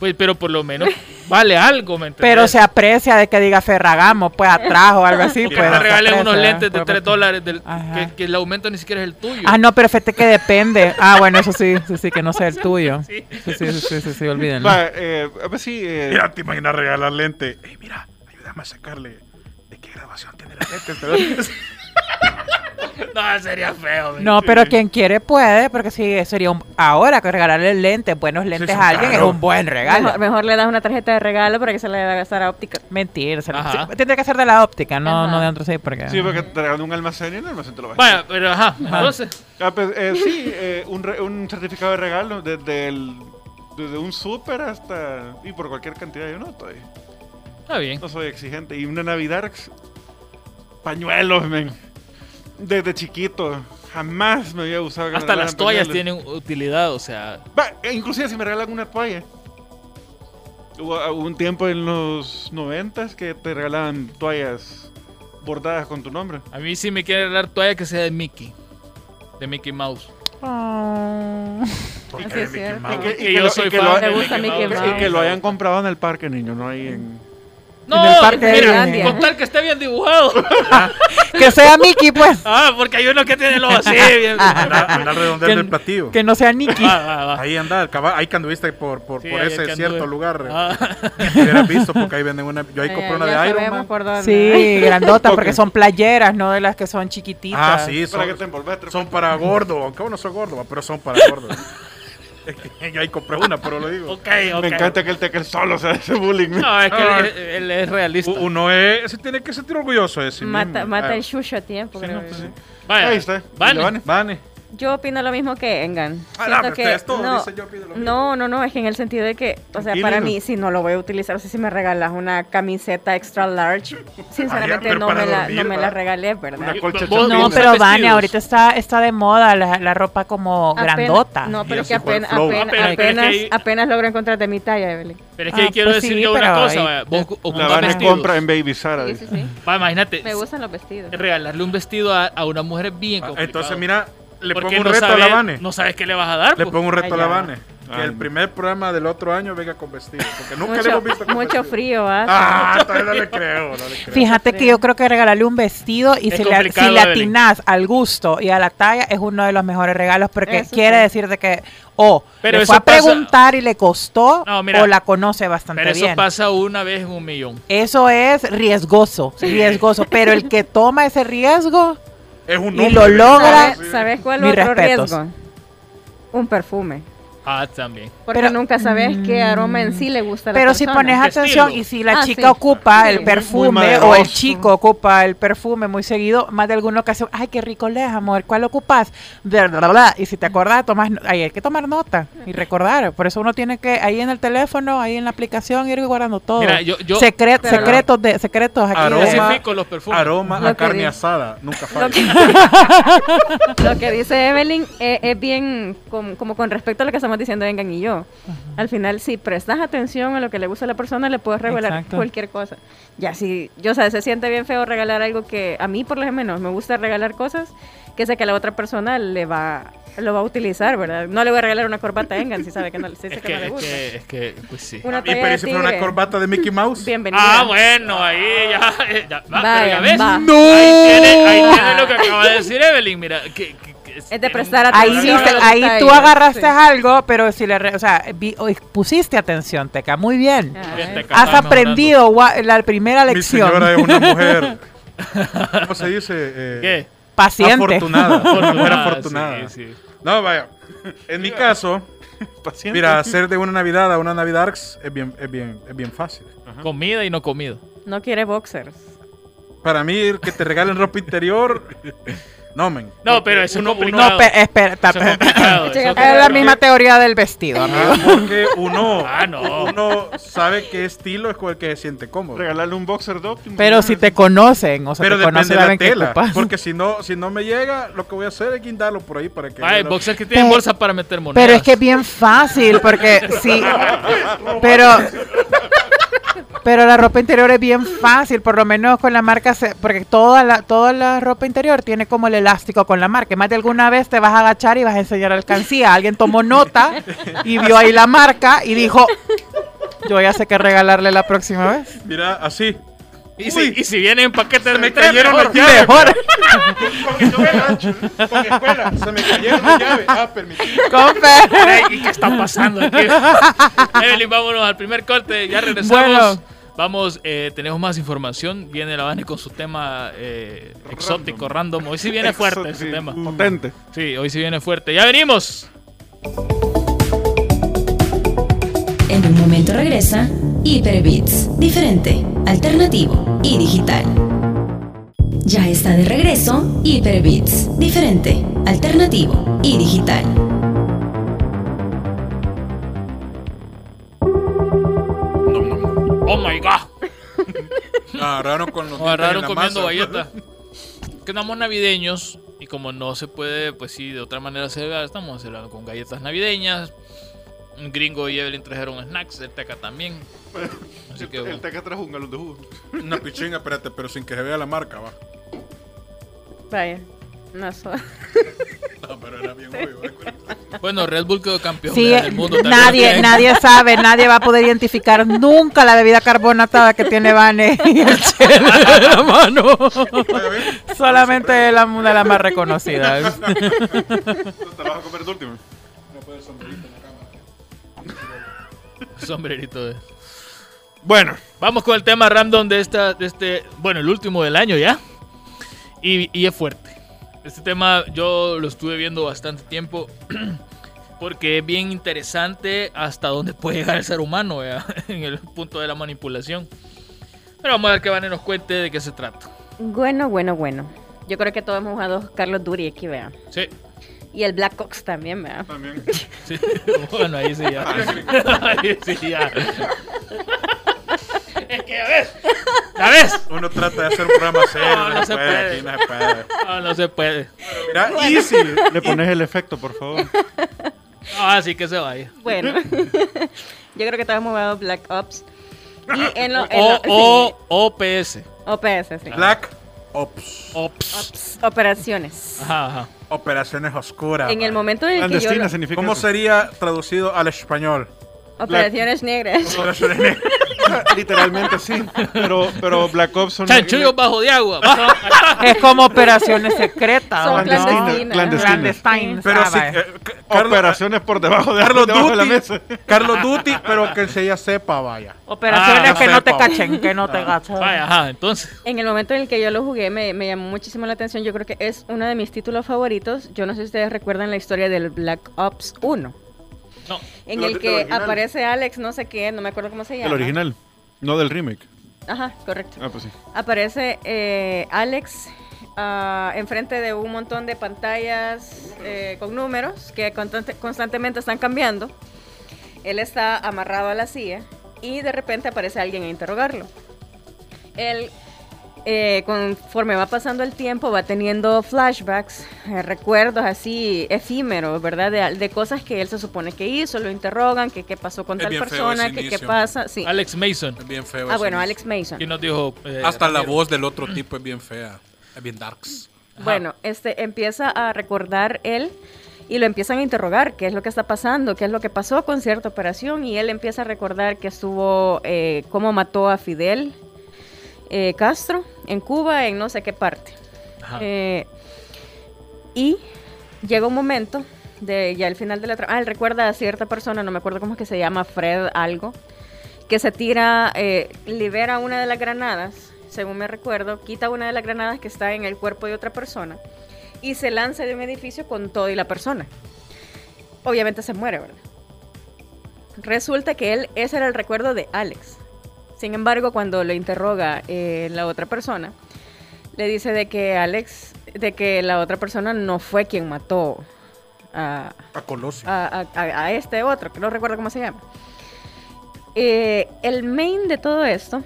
C: Pues, pero por lo (laughs) menos vale algo, ¿me entiendes?
F: Pero se aprecia de que diga Ferragamo, pues atrás o algo así.
C: Que
F: Pues,
C: te
F: se
C: regalen
F: aprecia,
C: unos lentes de
F: pues,
C: 3 dólares del,
F: Ajá.
C: que, que el aumento ni siquiera es el tuyo.
F: Ah, no, pero fíjate que depende. Ah, bueno, eso sí, sí, sí, que no sea el tuyo.
C: Sí.
F: Sí, sí, sí, sí, sí, sí, olvídenlo.
B: Va, eh, a ver si. eh,
D: Mira, te imaginas regalar lente. Ey, mira, ayúdame a sacarle. ¿De qué grabación tiene la lente? (laughs) Pero-
C: No, sería feo. men.
F: No, pero quien quiere puede, porque sí, sería un... Ahora que regalarle lentes, buenos lentes
D: son
F: a alguien
D: caros.
F: es un buen regalo.
E: Mejor, mejor le das una tarjeta de regalo para que se la va a gastar a óptica.
F: Mentira, se lo-
C: Ajá.
F: sí, tendría que ser de la óptica, no,
E: Ajá.
F: no de otro sí, porque...
B: Sí, porque te regalan un almacén y en el almacén te lo vas a
C: Vaya, pero ajá. Entonces,
B: Ah, pues, eh, sí, eh, un, re- un certificado de regalo desde, el- desde un súper hasta... Y por cualquier cantidad, yo no estoy...
C: está bien.
B: No soy exigente. Y una Navidad... Pañuelos, men. Desde chiquito. Jamás me había gustado que me
C: Hasta
B: regalaran
C: las toallas
B: pañuelos.
C: tienen utilidad, o sea.
B: Va, e inclusive si me regalan una toalla. Hubo hubo un tiempo en los noventas que te regalaban toallas bordadas con tu nombre.
C: A mí sí me quieren dar toalla que sea de Mickey. De Mickey Mouse.
F: Oh.
D: ¿Por
E: Así
D: qué
E: es
D: Mickey
E: cierto. Eh,
D: Mouse?
B: que- y
C: yo
B: lo- y
C: soy
B: que
C: fan
B: lo-
C: de
E: Me gusta
C: Mickey
E: Mickey
C: Mouse.
B: Y que lo hayan comprado en el parque, niño, no hay en...
C: No,
F: el parque de
C: mira,
E: Disneylandia.
C: con tal que esté bien (laughs) dibujado.
F: (laughs) Que sea Mickey,
C: (laughs)
F: pues.
C: ah, porque hay uno que tiene los (laughs) así, bien.
D: Anda,
C: ah.
D: anda redondeando el platillo.
F: Que no sea Nicky.
C: Va, va, va.
D: Ahí anda, el caba- ahí que anduviste por, por,
C: Sí,
D: por
C: ahí
D: ese
C: que anduve.
D: cierto lugar. eh.
B: eh.
C: Ah, Eh,
D: Que te hubieras visto porque ahí venden una. Yo ahí compré una
E: Ya
D: de Iron
E: sabemos
D: Man.
E: por
F: Ah,
E: dónde.
F: (laughs) Sí, grandotas, porque
B: Ok.
F: son playeras, no de las que son chiquititas.
D: Ah, sí,
B: Para que
D: son,
B: te envolvas.
D: son para gordo. Aunque uno soy gordo, pero son para gordo. (laughs) Es que yo ahí compré una, pero lo digo.
C: (laughs) ok, ok.
B: Me encanta que el Tekel solo se hace bullying.
C: No, eh, es que
D: Ah.
C: él, él- él es realista.
D: U- Uno es, se tiene que sentir orgulloso de sí
E: Mata,
D: mismo. Ah,
E: mata
D: pues
E: el shusho a tiempo, creo yo.
C: Vaya.
B: Ahí está.
C: Vale.
B: Y Giovanni.
D: Vane.
E: Yo opino lo mismo que Engan.
D: Ah,
E: Siento
D: no, pero
E: que
D: ustedes todos
E: no,
D: dicen yo opino lo mismo.
E: no, no, no, es que en el sentido de que, o sea,
B: Tranquilo,
E: para
B: Engan.
E: mí, si no lo voy a utilizar, o sea, si me regalas una camiseta
D: (laughs)
E: extra large, sinceramente
D: pero
E: no,
D: para
E: me la,
D: dormir,
E: no me la
D: ¿verdad?
E: regalé, ¿verdad?
B: Una colcha chapina.
C: Vos-
F: No,
C: Tienen
F: pero
C: vestidos.
F: Vane, ahorita está, está de moda la, la ropa como
E: Apenas-
F: grandota.
E: No, pero
D: Yo
E: es
D: sí
E: que
D: fue el
E: apenas,
D: flow.
E: apenas,
C: Ah, pero- pero es
E: apenas,
C: que ahí-
E: apenas logro encontrar de mi talla, Evelyn.
C: Pero es que
F: Ah,
C: ahí quiero
F: pues sí,
C: decir yo una
F: pero
C: cosa,
F: ahí-
C: vaya. Vos ocupas
B: La Vane
C: vestidos.
B: compra en Baby Sara.
E: Sí, sí, sí.
C: Va, imagínate,
E: Me gustan los vestidos.
C: regalarle un vestido a, a una mujer es bien
D: Ah,
C: complicado.
D: Entonces, mira, le
C: Porque
D: pongo un
C: no
D: reto a
C: sabes-
D: la Vane.
C: No sabes qué le vas a dar.
D: Le
C: pues.
D: pongo un reto
E: Ay,
D: a la
E: ya.
D: Vane. Que
B: Ay,
D: el
B: no.
D: primer programa del otro año venga con vestido. Porque nunca le
E: Mucho,
D: hemos visto con
E: mucho
D: vestido.
E: frío, ¿ah?
D: Ah, todavía no le creo, no le creo.
F: Fíjate que yo creo que regalarle un vestido y
C: Es
F: si le,
C: complicado,
F: si le
C: Evelyn.
F: atinás al gusto y a la talla es uno de los mejores regalos porque
E: Eso
F: quiere
E: sí.
F: decir de que o
C: Pero
F: le fue
C: eso
F: a
C: pasa-
F: preguntar y le costó
C: No, mira,
F: o la conoce bastante
C: Pero eso
F: bien.
C: pasa una vez en un millón.
F: Eso es riesgoso, riesgoso, pero el que toma ese riesgo
D: Es un
F: y
D: hombre,
F: lo
D: ¿verdad?
F: logra
E: ¿Sabes, sabes cuál
F: Mis
E: otro
F: respetos.
E: riesgo? un perfume.
C: Ah, también.
E: Porque
F: Pero-
E: nunca sabes qué aroma en sí le gusta a la
F: Pero si
E: persona.
F: pones
C: ¿Qué
F: atención
C: estilo?
F: y si la
E: Ah,
F: chica
E: sí.
F: ocupa
E: Sí,
F: el
E: muy- muy
F: perfume o
B: maderoso.
F: el chico ocupa el perfume muy seguido, más de alguna ocasión, ay, qué rico lees, amor, ¿cuál ocupas? Bla, bla, bla, bla. Y si te acordás, tomas, no- ay, hay que tomar nota y recordar. Por eso uno tiene que, ahí en el teléfono, ahí en la aplicación, ir guardando todo.
C: Mira, yo- yo-
F: Secre-
E: Pero-
F: secretos, de, secretos aquí.
D: Aroma.
F: de-
C: Clasifico los perfumes.
D: Aroma
E: Lo
D: a
E: que
D: carne
E: di-
D: asada, nunca
E: Lo
D: falla.
E: que, lo que dice Evelyn es, es bien com- como con respecto a lo que estamos diciendo Vengan y yo. Al final, si prestas atención a lo que le gusta a la persona, le puedes regalar
F: Exacto.
E: cualquier cosa. Ya si, yo o sea, se siente bien feo regalar algo que a mí por lo menos me gusta regalar cosas que sé que a la otra persona le va lo va a utilizar, ¿verdad? No le voy a regalar una corbata a Engan si sabe que no, si sé
C: Es
E: que no
C: que,
E: le
C: es
E: gusta.
C: que, es que, pues sí.
E: Una
D: Y
E: talla
D: pero
E: de
D: si fuera una
E: tigre.
D: corbata de Mickey Mouse.
E: Bienvenida.
C: Ah, bueno, ahí ya. eh, ya- va, pero ya
E: Vaya,
C: ves.
E: va.
C: Ahí, tiene, ahí tiene lo que acaba de decir Evelyn. Mira, que, que- que
E: de
C: tiene
E: prestar
C: un-
F: Ahí,
E: Ahora
F: sí
E: no,
F: se-
E: no,
F: ahí
E: no,
F: tú
E: no,
F: agarraste
E: sí.
F: algo, pero si le, re- o sea, vi- o- pusiste atención, Teca, muy bien.
E: Ah,
C: Bien, te
F: Has
C: capaz
F: aprendido gua- la primera
D: Mi
F: lección.
D: señora es una
E: (laughs)
D: mujer. ¿Cómo se dice? Eh,
C: mejorando. ¿Qué?
F: Paciente.
D: Afortunada. (laughs) Una mujer
C: Ah,
D: afortunada.
C: sí, sí.
D: No, vaya. En mi caso,
B: Paciente.
D: mira, hacer de una Navidad a una Navidad Arcs es bien, es bien, es bien fácil.
C: Comida y no comido.
E: No quiere boxers.
D: Para mí, el que te regalen ropa interior. No, men.
C: No, pero eso es
D: Uno-
C: complicado.
F: No,
D: eh,
F: pe- espera, ta-
C: Eso es complicado,
D: (laughs)
C: eso es
F: Es la
C: complicado.
F: misma teoría del vestido. amigo.
D: Ajá, porque uno,
C: (laughs) Ah, no.
D: uno sabe qué estilo es con el que se siente cómodo.
B: Regalarle un boxer de Optimus.
F: Pero si te conocen, o sea,
D: Pero
F: te
D: depende
F: conocen,
D: de la
F: saben qué
D: tela.
F: ocupas.
D: Porque si no, si no me llega, lo que voy a hacer es guindarlo por ahí para que.
C: Ay,
D: lo-
C: boxers que tienen
F: Pe-
C: bolsa para meter monedas.
F: Pero es que es bien fácil, porque sí. Pero. Pero la ropa interior es bien fácil, por lo menos con la marca, se- porque toda la, toda la ropa interior tiene como el elástico con la marca. Más de alguna vez te vas a agachar y vas a enseñar alcancía. Alguien tomó nota y vio ahí la marca y dijo, yo ya sé qué regalarle la próxima vez.
D: Mira, así.
C: Y si, y si vienen en paquetes de
D: me
C: tres,
D: cayeron
C: mejor.
D: las llaves.
F: Mejor,
D: Con escuela, con escuela. Se me cayeron las (laughs) llaves.
B: (laughs)
D: Ah, permitido.
F: compa.
C: Ey, ¿Y qué está pasando aquí? Evelyn, vámonos al primer corte. Ya regresamos.
F: Bueno.
C: Vamos, eh, tenemos más información. Viene la Vane con su tema eh, exótico, random. Hoy
B: (laughs)
C: sí viene fuerte ese
B: Sí, Mm.
C: tema.
B: Potente.
C: Sí, hoy sí viene fuerte. ¡Ya venimos!
A: En un momento regresa Hyperbits, diferente, alternativo y digital. Ya está de regreso Hyperbits, diferente, alternativo y digital.
C: ¡Oh my god!
D: Agarraron Ah, con los.
C: Nos agarraron
D: dientes en la
C: comiendo
D: masa.
C: galleta. Que andamos navideños y como no se puede, pues sí, de otra manera celebrar, estamos celebrando con galletas navideñas. Un gringo y Evelyn trajeron snacks, el Teca también. Así que
B: El
C: bueno.
B: teca trajo un galón de jugo.
D: Una pichinga, espérate, pero sin que se vea la marca,
C: (laughs)
D: va.
E: Vaya. No so-
D: No, pero era bien obvio. ¿eh?
C: Bueno, Red Bull quedó campeón
F: Sí,
C: del mundo. también.
F: nadie, nadie sabe, nadie va a poder identificar nunca la bebida carbonatada que tiene Vane y el chela en la mano.
D: Vaya, ve.
F: Solamente la, una de las más reconocidas.
B: Te lo vas a comer de último.
C: Sombrerito de-
B: Bueno,
C: Vamos con el tema random de, esta, de este, bueno, el último del año ya. Y, y es fuerte. Este tema yo lo estuve viendo bastante tiempo (clears throat) porque es bien interesante hasta dónde puede llegar el ser humano ¿verdad? (laughs) en el punto de la manipulación. Pero vamos a ver que Vane nos cuente de qué se trata.
E: Bueno, bueno, bueno. Yo creo que todos hemos jugado Carlos Duri aquí, vea.
C: Sí,
E: Y el Black Ox
C: (laughs)
E: también, vea.
B: también.
C: sí. Bueno, ahí sí ya. (laughs) Ahí sí ya. Es que, a ver, ¿la ves?
D: Uno trata de hacer un programa serio.
C: No,
D: No,
C: no
D: se
C: se
D: puede,
C: puede.
D: aquí no se puede.
C: No, no se puede.
D: Mira, easy.
B: Le pones el efecto, por favor. (laughs)
C: Ah, así que se vaya.
E: Bueno. (laughs) Yo creo que todos hemos jugado Black Ops. Y en lo... en
C: (laughs) O,
E: lo-
C: o,
E: sí.
C: OPS.
E: OPS, sí.
C: Ah.
D: Black Ops.
C: Ops. Ah,
E: Ops, operaciones.
C: Ajá, ajá.
D: Operaciones oscuras.
E: En el
D: vaya.
E: momento en el que yo...
B: Clandestina
E: lo-
B: significa.
D: ¿Cómo
B: eso.
E: (laughs)
D: sería traducido al español?
E: Operaciones negras.
C: (laughs)
D: Operaciones negras.
B: Literalmente sí. Pero, pero Black Ops son
C: Chanchullos bajo de agua. va.
F: Es como operaciones secretas.
E: Son
F: ¿o no?
E: clandestinas.
B: Clandestinas.
F: Clandestines.
D: Pero
F: ah,
D: sí,
F: vaya.
D: eh, C- Carlos,
B: operaciones por debajo de,
D: Carlos
B: debajo de la mesa.
D: (laughs) Duty, Carlos Duty, pero que el CIA sepa, vaya.
F: Operaciones
C: Ah,
F: que no te
D: sepa.
F: cachen, que no te cachen.
C: Vaya, ajá, entonces.
E: En el momento en el que yo lo jugué me, me llamó muchísimo la atención. Yo creo que es uno de mis títulos favoritos. Yo no sé si ustedes recuerdan la historia del Black Ops 1.
C: No.
E: En
B: Lo-
E: el
B: lo
E: que
B: original.
E: aparece Alex, no sé qué, no me acuerdo cómo se llama.
B: El original, no del remake.
E: Ajá, correcto.
B: Ah, pues sí.
E: Aparece eh, Alex ah, enfrente de un montón de pantallas eh, con números que constante- constantemente están cambiando. Él está amarrado a la silla y de repente aparece alguien a interrogarlo. Él, eh, conforme va pasando el tiempo, va teniendo flashbacks, eh, recuerdos así efímeros, ¿verdad? De, de cosas que él se supone que hizo, lo interrogan, que qué pasó con
G: Es
E: tal
G: bien feo
E: persona,
G: ese
E: que qué
G: inicio.
E: pasa. Sí.
C: Alex Mason.
G: Es bien feo.
E: ah,
G: ese
E: bueno,
G: mismo.
E: Alex Mason.
C: ¿Quién nos dijo? eh,
G: Hasta la
C: Ramiro?
G: voz del otro tipo es bien fea. Es bien darks.
C: Ajá.
E: Bueno, este empieza a recordar él y lo empiezan a interrogar qué es lo que está pasando, qué es lo que pasó con cierta operación y él empieza a recordar que estuvo eh, cómo mató a Fidel eh, Castro en Cuba, en no sé qué parte.
C: Ajá.
E: Eh, y llega un momento de ya el final de la trama. Ah, él recuerda a cierta persona, no me acuerdo cómo es que se llama, Fred algo, que se tira, eh, libera una de las granadas, según me recuerdo, quita una de las granadas que está en el cuerpo de otra persona y se lanza de un edificio con todo y la persona. Obviamente se muere, ¿verdad? Resulta que él, ese era el recuerdo de Alex. Sin embargo, cuando lo interroga eh, la otra persona, le dice de que Alex, de que la otra persona no fue quien mató a,
D: A Ah, Colosio.
E: a, a- a- a este otro, que no recuerdo cómo se llama. Eh, el main de todo esto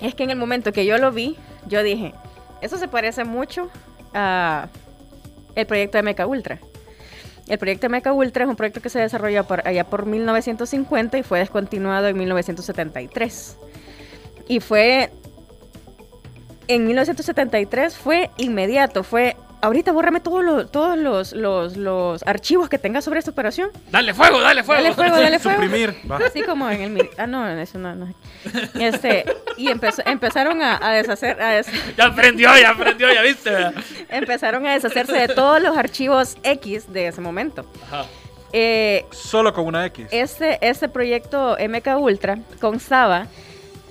E: es que en el momento que yo lo vi, yo dije, eso se parece mucho a el proyecto de Mecha Ultra. El proyecto de Mecha Ultra es un proyecto que se desarrolló por- allá por 1950 y fue descontinuado en 1973. Y fue en 1973 fue inmediato, fue ahorita bórrame todo lo- todos los, los, los archivos que tengas sobre esta operación.
C: Dale fuego, dale fuego.
E: Dale fuego,
D: (laughs)
E: dale fuego.
D: Suprimir. va.
E: Así como en el mil- ah no, eso no, no. Este, y empezó- empezaron a, a deshacer a des-
C: (laughs)
E: (laughs)
C: Ya aprendió, ya aprendió, ya viste. ¿verdad?
E: empezaron a deshacerse de todos los archivos X de ese momento.
C: Ajá.
E: Eh,
D: Solo con una X.
E: este, este proyecto MK Ultra constaba,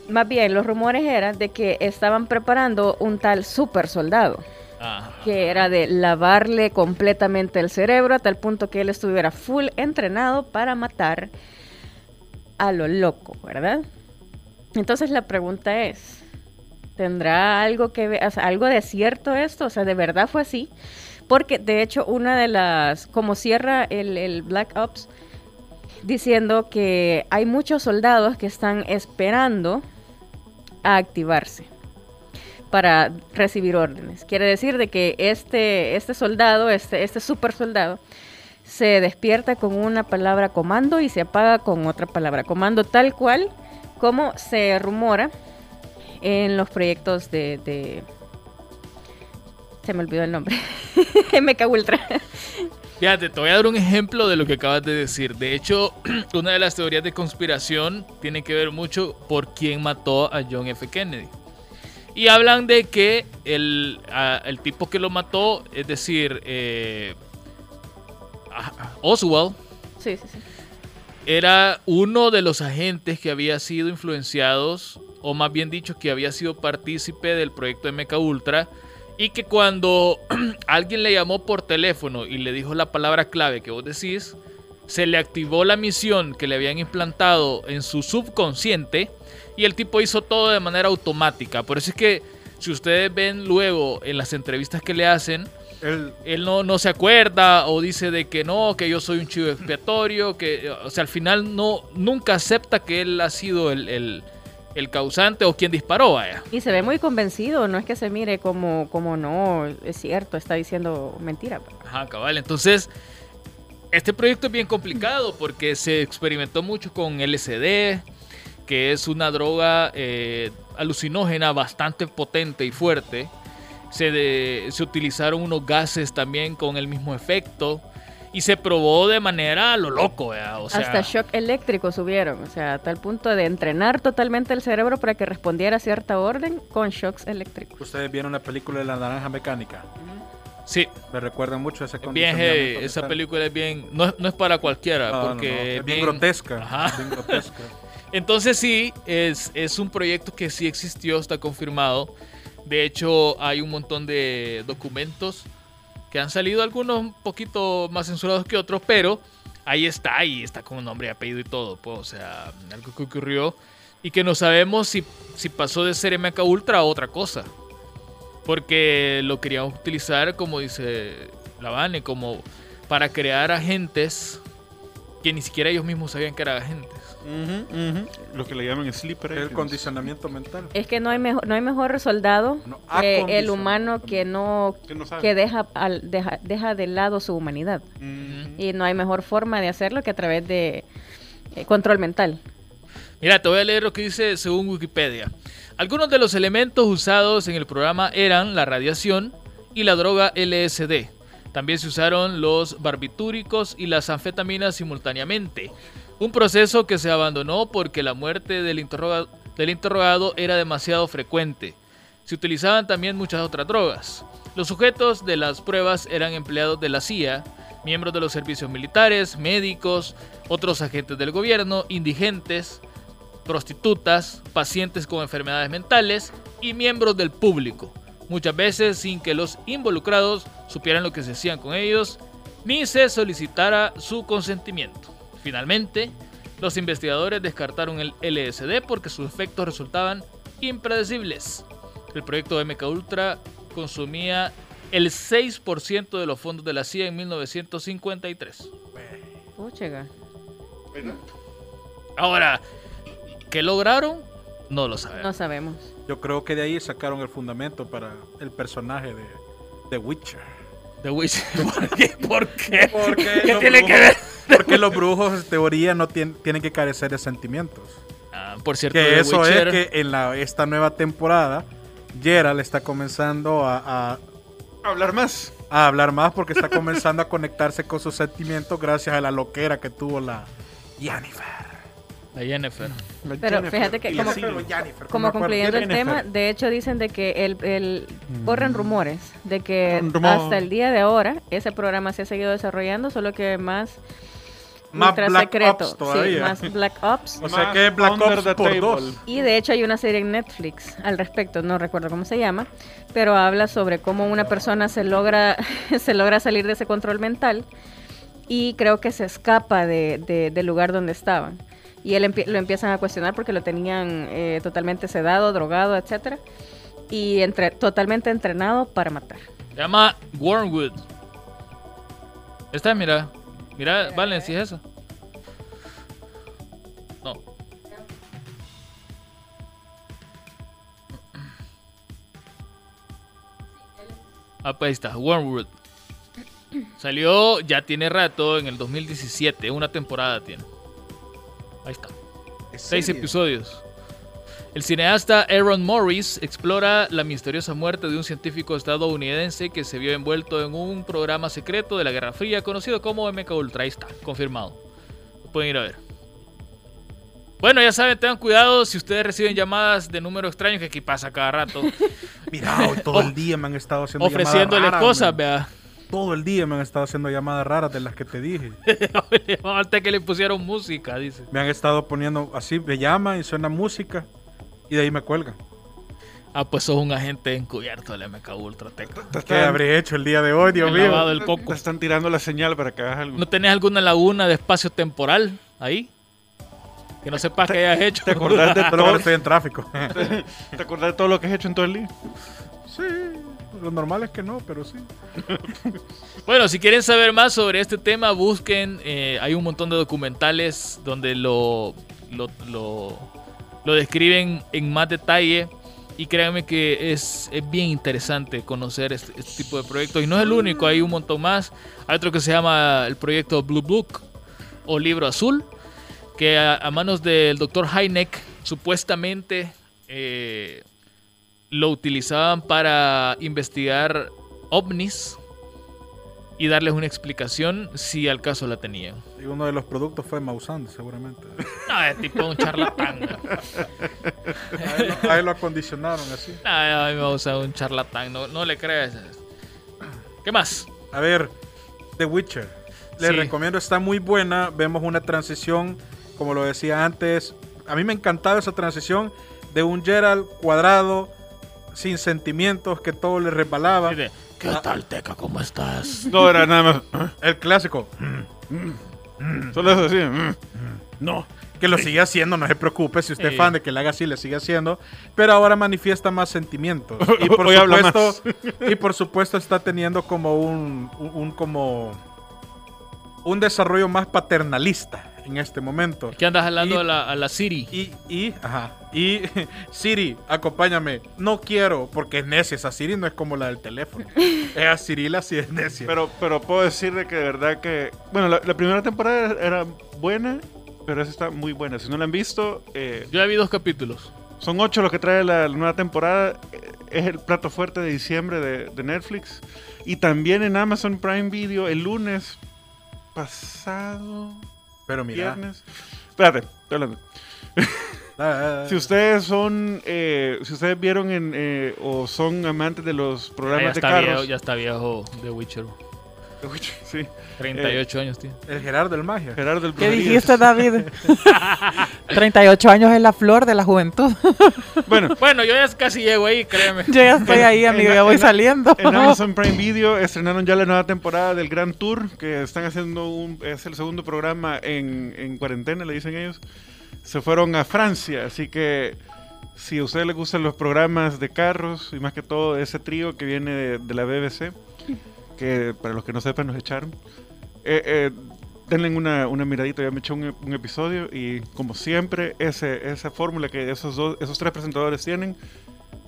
E: más bien los rumores eran de que estaban preparando un tal super soldado,
C: Ajá.
E: que era de lavarle completamente el cerebro a tal punto que él estuviera full entrenado para matar a lo loco, ¿verdad? Entonces la pregunta es, ¿tendrá algo que ver, o sea, algo de cierto esto? O sea, ¿de verdad fue así? Porque de hecho una de las, como cierra el, el Black Ops, diciendo que hay muchos soldados que están esperando a activarse para recibir órdenes. Quiere decir de que este, este soldado, este, este super soldado, se despierta con una palabra comando y se apaga con otra palabra comando, tal cual como se rumora en los proyectos de... de- Se me olvidó el nombre. (laughs) MK Ultra.
C: Fíjate, te voy a dar un ejemplo de lo que acabas de decir. De hecho, (clears throat) una de las teorías de conspiración tiene que ver mucho por quién mató a John F. Kennedy. Y hablan de que el, a- el tipo que lo mató, es decir, eh, a- Oswald,
E: Sí, sí, sí.
C: era uno de los agentes que había sido influenciados, o más bien dicho, que había sido partícipe del proyecto MK Ultra, y que cuando (clears throat) alguien le llamó por teléfono y le dijo la palabra clave que vos decís, se le activó la misión que le habían implantado en su subconsciente y el tipo hizo todo de manera automática. Por eso es que si ustedes ven luego en las entrevistas que le hacen,
D: El-
C: él no, no se acuerda o dice de que no, que yo soy un chivo expiatorio, que o sea, al final no, nunca acepta que él ha sido el, el- el causante o quien disparó, vaya.
E: Y se ve muy convencido, no es que se mire como, como no, es cierto, está diciendo mentira. pues.
C: Ajá, cabal. Entonces, este proyecto es bien complicado porque se experimentó mucho con LSD, que es una droga eh, alucinógena bastante potente y fuerte. Se, de- se utilizaron unos gases también con el mismo efecto. Y se probó de manera a lo loco, ¿verdad? O sea,
E: Hasta shock eléctrico subieron, o sea, a tal punto de entrenar totalmente el cerebro para que respondiera a cierta orden con shocks eléctricos.
D: Ustedes vieron la película de la naranja mecánica.
C: Sí,
D: Me recuerda mucho a esa
C: es bien
D: condición de
C: heavy.
D: hambre
C: Esa
D: mental.
C: película es bien. No, es- no es para cualquiera,
D: Ah, No, no, no,
C: porque.
D: Es bien grotesca.
C: Ajá.
D: Bien (laughs) grotesca.
C: Entonces sí, es, es un proyecto que sí existió, está confirmado. De hecho, hay un montón de documentos que han salido, algunos un poquito más censurados que otros, pero ahí está, ahí está con nombre y apellido y todo. Pues, o sea, algo que ocurrió y que no sabemos si, si pasó de ser MK Ultra a otra cosa. Porque lo queríamos utilizar, como dice la Vane, como para crear agentes que ni siquiera ellos mismos sabían que eran agentes.
B: Ujú, ujú. Lo que le llaman sleeper
D: El
B: agents.
D: condicionamiento mental.
E: Es que no hay mejor, no hay mejor soldado
D: No,
E: que el
D: acondicionamiento.
E: humano que no
B: Que no sabe.
E: que deja, al- deja deja de lado su humanidad
B: Ujú.
E: y no hay mejor forma de hacerlo que a través de eh, control mental.
C: Mira, te voy a leer lo que dice según Wikipedia. Algunos de los elementos usados en el programa eran la radiación y la droga LSD. También se usaron los barbitúricos y las anfetaminas simultáneamente. Un proceso que se abandonó porque la muerte del, interroga- del interrogado era demasiado frecuente. Se utilizaban también muchas otras drogas. Los sujetos de las pruebas eran empleados de la CIA, miembros de los servicios militares, médicos, otros agentes del gobierno, indigentes, prostitutas, pacientes con enfermedades mentales y miembros del público, muchas veces sin que los involucrados supieran lo que se hacían con ellos ni se solicitara su consentimiento. Finalmente, los investigadores descartaron el LSD porque sus efectos resultaban impredecibles. El proyecto MK Ultra consumía el 6% de los fondos de la CIA en 1953.
E: Puchiga.
C: Ahora, ¿qué lograron? No lo sabemos.
E: No sabemos.
D: Yo creo que de ahí sacaron el fundamento para el personaje de, de Witcher.
C: The Witcher. (laughs) ¿Por qué? ¿Por qué?
E: (laughs)
D: Porque
C: ¿Qué
D: los
C: tiene que
D: brujos-
C: ver?
D: Porque los brujos, en teoría, no tien- tienen que carecer de sentimientos.
C: Ah, por cierto,
D: Que
C: The
D: eso
C: Witcher-
D: es que en la, esta nueva temporada, Gerald está comenzando a, a-
B: Hablar más.
D: a hablar más porque
E: (laughs)
D: está comenzando a conectarse con sus sentimientos gracias a la loquera que tuvo la Jennifer.
C: La Jennifer.
B: La
E: Pero
B: Jennifer
E: fíjate que
B: y
E: como-
B: así.
E: Como concluyendo el
B: Jennifer.
E: tema, de hecho dicen de que el, el- corren rumores de que
B: Un rumor.
E: hasta el día de ahora ese programa se ha seguido desarrollando, solo que más
D: Más
E: ultra
D: Black
E: secreto,
D: Ops
E: Sí,
D: todavía.
E: más Black Ops.
D: O sea
B: Más
D: que es Black
B: under
D: Ops
B: the
D: por
B: table.
D: dos.
E: Y de hecho hay una serie en Netflix al respecto, no recuerdo cómo se llama, pero habla sobre cómo una persona se logra, (laughs) se logra salir de ese control mental y creo que se escapa de, de- del lugar donde estaban. Y él empie- lo empiezan a cuestionar porque lo tenían eh, totalmente sedado, drogado, etcétera, y entre, totalmente entrenado para matar.
C: Se llama Wormwood. Esta, mira. Mira, Valen, si es eso. No. Ah, pues ahí está, Wormwood. Salió ya tiene rato, en el 2017, una temporada tiene. Ahí está. Seis episodios. El cineasta Aaron Morris explora la misteriosa muerte de un científico estadounidense que se vio envuelto en un programa secreto de la Guerra Fría conocido como MK Ultra. Ahí está, confirmado. Lo pueden ir a ver. Bueno, ya saben, tengan cuidado si ustedes reciben llamadas de número extraño que aquí pasa cada rato,
D: Mira, hoy
E: Oh.
D: todo el día me han estado haciendo llamadas
C: ofreciéndoles
D: raras,
C: cosas,
D: man.
C: vea. (laughs)
D: Todo el día me han estado haciendo llamadas raras de las que te dije.
C: Falta que le pusieron música, dice.
D: Me han estado poniendo así, me llaman y suena música y de ahí me cuelgan.
C: Ah, pues sos un agente encubierto del MK Ultra. Te te
B: Te
D: ¿Qué
B: están-
D: habré hecho el día de hoy, Dios
C: han
D: (laughs) mío?
C: lavado el
B: Te
C: coco.
B: están tirando la señal para que hagas algo.
C: ¿No tenés alguna laguna de espacio temporal ahí? Que no sepas que hayas hecho.
B: ¿Te acordás de
D: Solo que ahora
B: todo?
C: (laughs)
D: estoy en tráfico.
B: ¿Te acordás de todo lo que has hecho en todo el día?
D: Sí, lo normal es que no, pero sí.
C: Bueno, si quieren saber más sobre este tema, busquen. eh, hay un montón de documentales donde lo, lo, lo, lo describen en más detalle. Y créanme que es, es bien interesante conocer este, este tipo de proyectos. Y no es el único, hay un montón más. Hay otro que se llama el proyecto Blue Book o Libro Azul, que a, a manos del doctor Hynek supuestamente eh, lo utilizaban para investigar ovnis y darles una explicación si al caso la tenían.
D: Y uno de los productos fue Mausand, (laughs) seguramente.
C: No, es tipo un charlatán. güey.
D: A él, lo- a él lo acondicionaron así.
C: No, a mí me va a usar un charlatán, no, no le creas. ¿Qué más?
D: A ver, The Witcher. Les
C: Sí.
D: recomiendo, está muy buena. Vemos una transición, como lo decía antes. A mí me encantaba esa transición de un Gerald cuadrado, sin sentimientos, que todo le resbalaba.
C: Dice, ¿Qué tal, Teca? ¿Cómo estás?
B: No, era nada más. (clears throat)
D: El clásico,
B: Solo eso así. mm. No.
D: que lo sigue haciendo, no se preocupe. Si usted es
C: Sí.
D: fan de que le haga así, le sigue haciendo. Pero ahora manifiesta
B: (laughs)
D: más sentimientos. Y por,
B: Hoy habla
D: supuesto, (laughs) y por supuesto está teniendo como un, un- un como un desarrollo más paternalista en este momento.
C: ¿Qué andas hablando
D: Y-
C: a, la, a la Siri?
D: Y, y, ajá, y (laughs) Siri, acompáñame. No quiero, porque es necia. Esa Siri no es como la del
B: (laughs)
D: teléfono. Esa Siri la sí es necia.
B: Pero, pero puedo decir de que de verdad que. Bueno, la, la primera temporada era buena, pero esa está muy buena. Si no la han visto, eh,
C: Yo ya vi dos capítulos.
B: son ocho los que trae la, la nueva temporada. Eh, Es el plato fuerte de diciembre de, de Netflix. Y también en Amazon Prime Video el lunes pasado.
D: Pero mira,
B: Viernes. Espérate, estoy hablando.
D: da- da- da-
B: Si ustedes son, eh, si ustedes vieron en, eh, o son amantes de los
C: Ah, Ya
B: programas de
C: está, viejo,
B: carros,
C: ya está viejo The Witcher.
B: (laughs) sí, Eh.
C: 38 años tiene.
D: el Gerardo el magia.
B: Gerardo el
F: ¿Qué
B: Brujerías.
F: dijiste, David? 38 años es la flor de la juventud. (laughs)
B: Bueno,
C: Bueno, yo ya casi llego ahí, créeme.
F: Yo ya estoy ahí,
B: En-
F: amigo,
B: en-
F: ya voy
B: en-
F: saliendo. (laughs)
B: En Amazon Prime Video estrenaron ya la nueva temporada del Grand Tour, que están haciendo un, es el segundo programa en, en cuarentena, le dicen ellos. Se fueron a Francia, así que si a ustedes les gustan los programas de carros y más que todo de ese trío que viene de, de la BBC, que para los que no sepan nos echaron, eh, eh, denle una, una miradita, ya me eché un, un episodio y como siempre ese, esa fórmula que esos, dos, esos tres presentadores tienen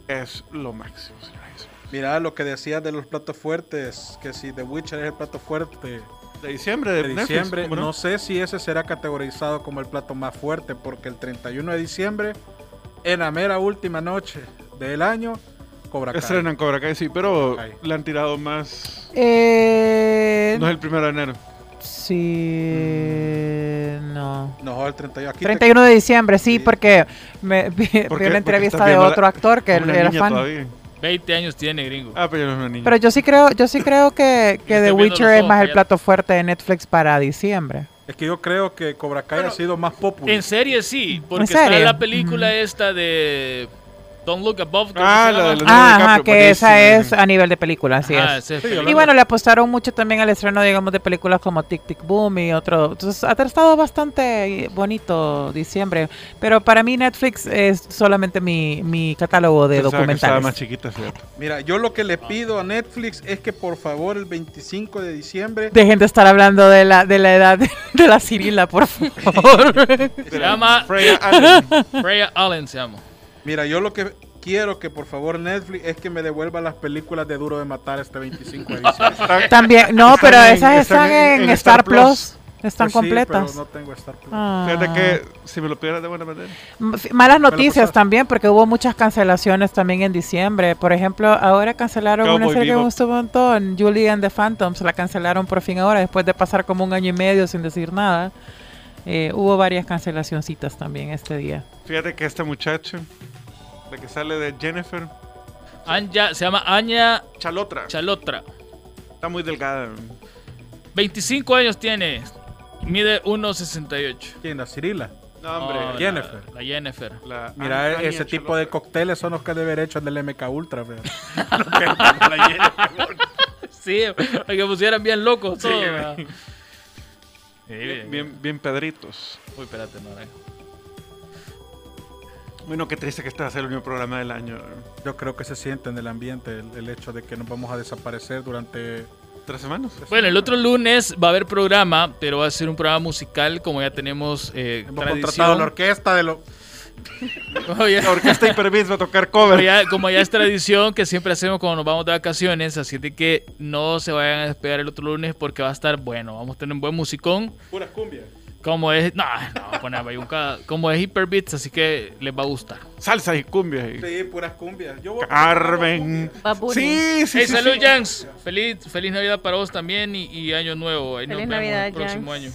B: es lo máximo, señores.
D: Mira lo que decías de los platos fuertes, que si The Witcher es el plato fuerte
B: De diciembre, de,
D: de
B: Netflix,
D: diciembre,
B: ¿cómo no?
D: no sé si ese será categorizado como el plato más fuerte, porque el 31 de diciembre, en la mera última noche del año, Cobra Kai.
B: Estrenan Cobra Kai, sí, pero
D: Cobra Kai.
B: le han tirado más.
F: Eh,
B: No es el primero de enero.
F: Sí. No.
D: No, el 31. Aquí te-
F: 31 de diciembre, sí,
D: Sí.
F: porque me (laughs) vi, vi
B: Porque-
F: la
B: porque
F: entrevista
B: estás
F: de
B: viendo
F: otro
B: la-
F: actor que
B: Una
F: era
B: niña
F: fan.
B: todavía.
C: 20 años tiene, gringo.
B: Ah, pero yo no es una niña.
F: Pero yo sí creo, yo
B: (laughs)
F: sí creo que,
C: Estoy
F: que The
C: viendo
F: Witcher
C: los
F: es
C: ojos,
F: más el
C: cállate.
F: plato fuerte de Netflix para diciembre.
D: Es que yo creo que Cobra Kai ha sido más popular.
C: En serie sí, porque
F: serie?
C: está la película
F: Ujú.
C: esta de Don't Look Above. creo que
B: Mm. Ah,
C: se
B: la de
C: llama. Ah,
B: los-
F: Ah, ajá,
B: DiCaprio,
F: que esa
B: buenísimo.
F: es a nivel de película, así
C: Ajá,
F: es.
C: ese es
D: Sí,
C: película.
F: Y bueno, le apostaron mucho también al estreno, digamos, de películas como Tic Tic Boom y otro. Entonces, ha estado bastante bonito diciembre. Pero para mí Netflix es solamente mi, mi catálogo de
B: Pensaba que Estaba
F: documentales.
B: más chiquita, fíjate.
D: Mira, yo lo que le pido a Netflix es que por favor el 25 de diciembre
F: Dejen de estar hablando de la, de la edad (laughs) de, de la Cirila, por favor.
C: Se llama
B: Freya Allen.
C: Freya Allen, se llama.
D: Mira, yo lo que quiero que por favor Netflix es que me devuelva las películas de Duro de Matar este 25 de diciembre.
B: Está-
F: También, no,
B: Están
F: pero
B: en-
F: esas
B: están
F: están en,
B: en- en
F: Star
B: Star
F: Plus.
B: Plus.
F: Están
D: Pues sí,
F: completas.
D: pero no tengo Star Plus.
F: Ah.
B: Fíjate que si me lo pidieras de buena manera.
F: M- f- Malas
D: lo
F: noticias
D: pasaste.
F: también, porque hubo muchas cancelaciones también en diciembre. Por ejemplo, ahora cancelaron una
B: Cowboy
F: serie que me
B: Bebop.
F: gustó un montón, Julie and the Phantoms. La cancelaron por fin ahora, después de pasar como un año y medio sin decir nada. Eh, hubo varias cancelacioncitas también este día.
B: Fíjate que esta muchacha, la que sale de Jennifer,
C: Anja- se llama Anya
B: Chalotra,
C: Chalotra.
B: está muy delgada.
C: 25 años tiene. Mide 1.68.
D: ¿Quién? La Cirila.
B: No, hombre.
C: Oh, la-
D: Jennifer.
C: La, Jennifer. (laughs)
B: la-
D: Mira,
B: Anya
D: ese tipo de
B: Chalotra.
D: cócteles son los que debe haber hecho en el MK Ultra. feo.
C: Sí, para que pusieran bien locos todo. ¿verdad? Sí,
B: Bien,
C: bien.
B: bien, bien pedritos.
C: Uy, espérate, no. eh.
B: Bueno, qué triste que este va a ser el único programa del año.
D: Yo creo que se siente en el ambiente el, el hecho de que nos vamos a desaparecer durante...
B: ¿Tres semanas?
C: Bueno, el otro lunes va a haber programa, pero va a ser un programa musical como ya tenemos eh,
D: Hemos contratado la
C: tradición.
D: orquesta de lo...
C: (laughs) Como ya-
B: La orquesta Hyperbeats va a tocar
C: como
B: cover.
C: ya- como ya es tradición que siempre hacemos cuando nos vamos de vacaciones, así de que no se vayan a despegar el otro lunes porque va a estar bueno. Vamos a tener un buen musicón.
B: Puras cumbias.
C: Como es. No, no, pone a Bayunca. Como es Hyperbits, así que les va a gustar.
B: Salsa y cumbia. y-
D: Sí, puras cumbias. Yo voy a-
B: Carmen.
E: Bad Bunny.
B: Sí, sí,
C: hey,
B: sí,
C: salud,
B: sí.
C: Jans. Feliz, feliz Navidad para vos también y, y Año Nuevo. Ahí nos
E: Feliz
C: vemos
E: Navidad,
C: el próximo
E: Jans.
C: año.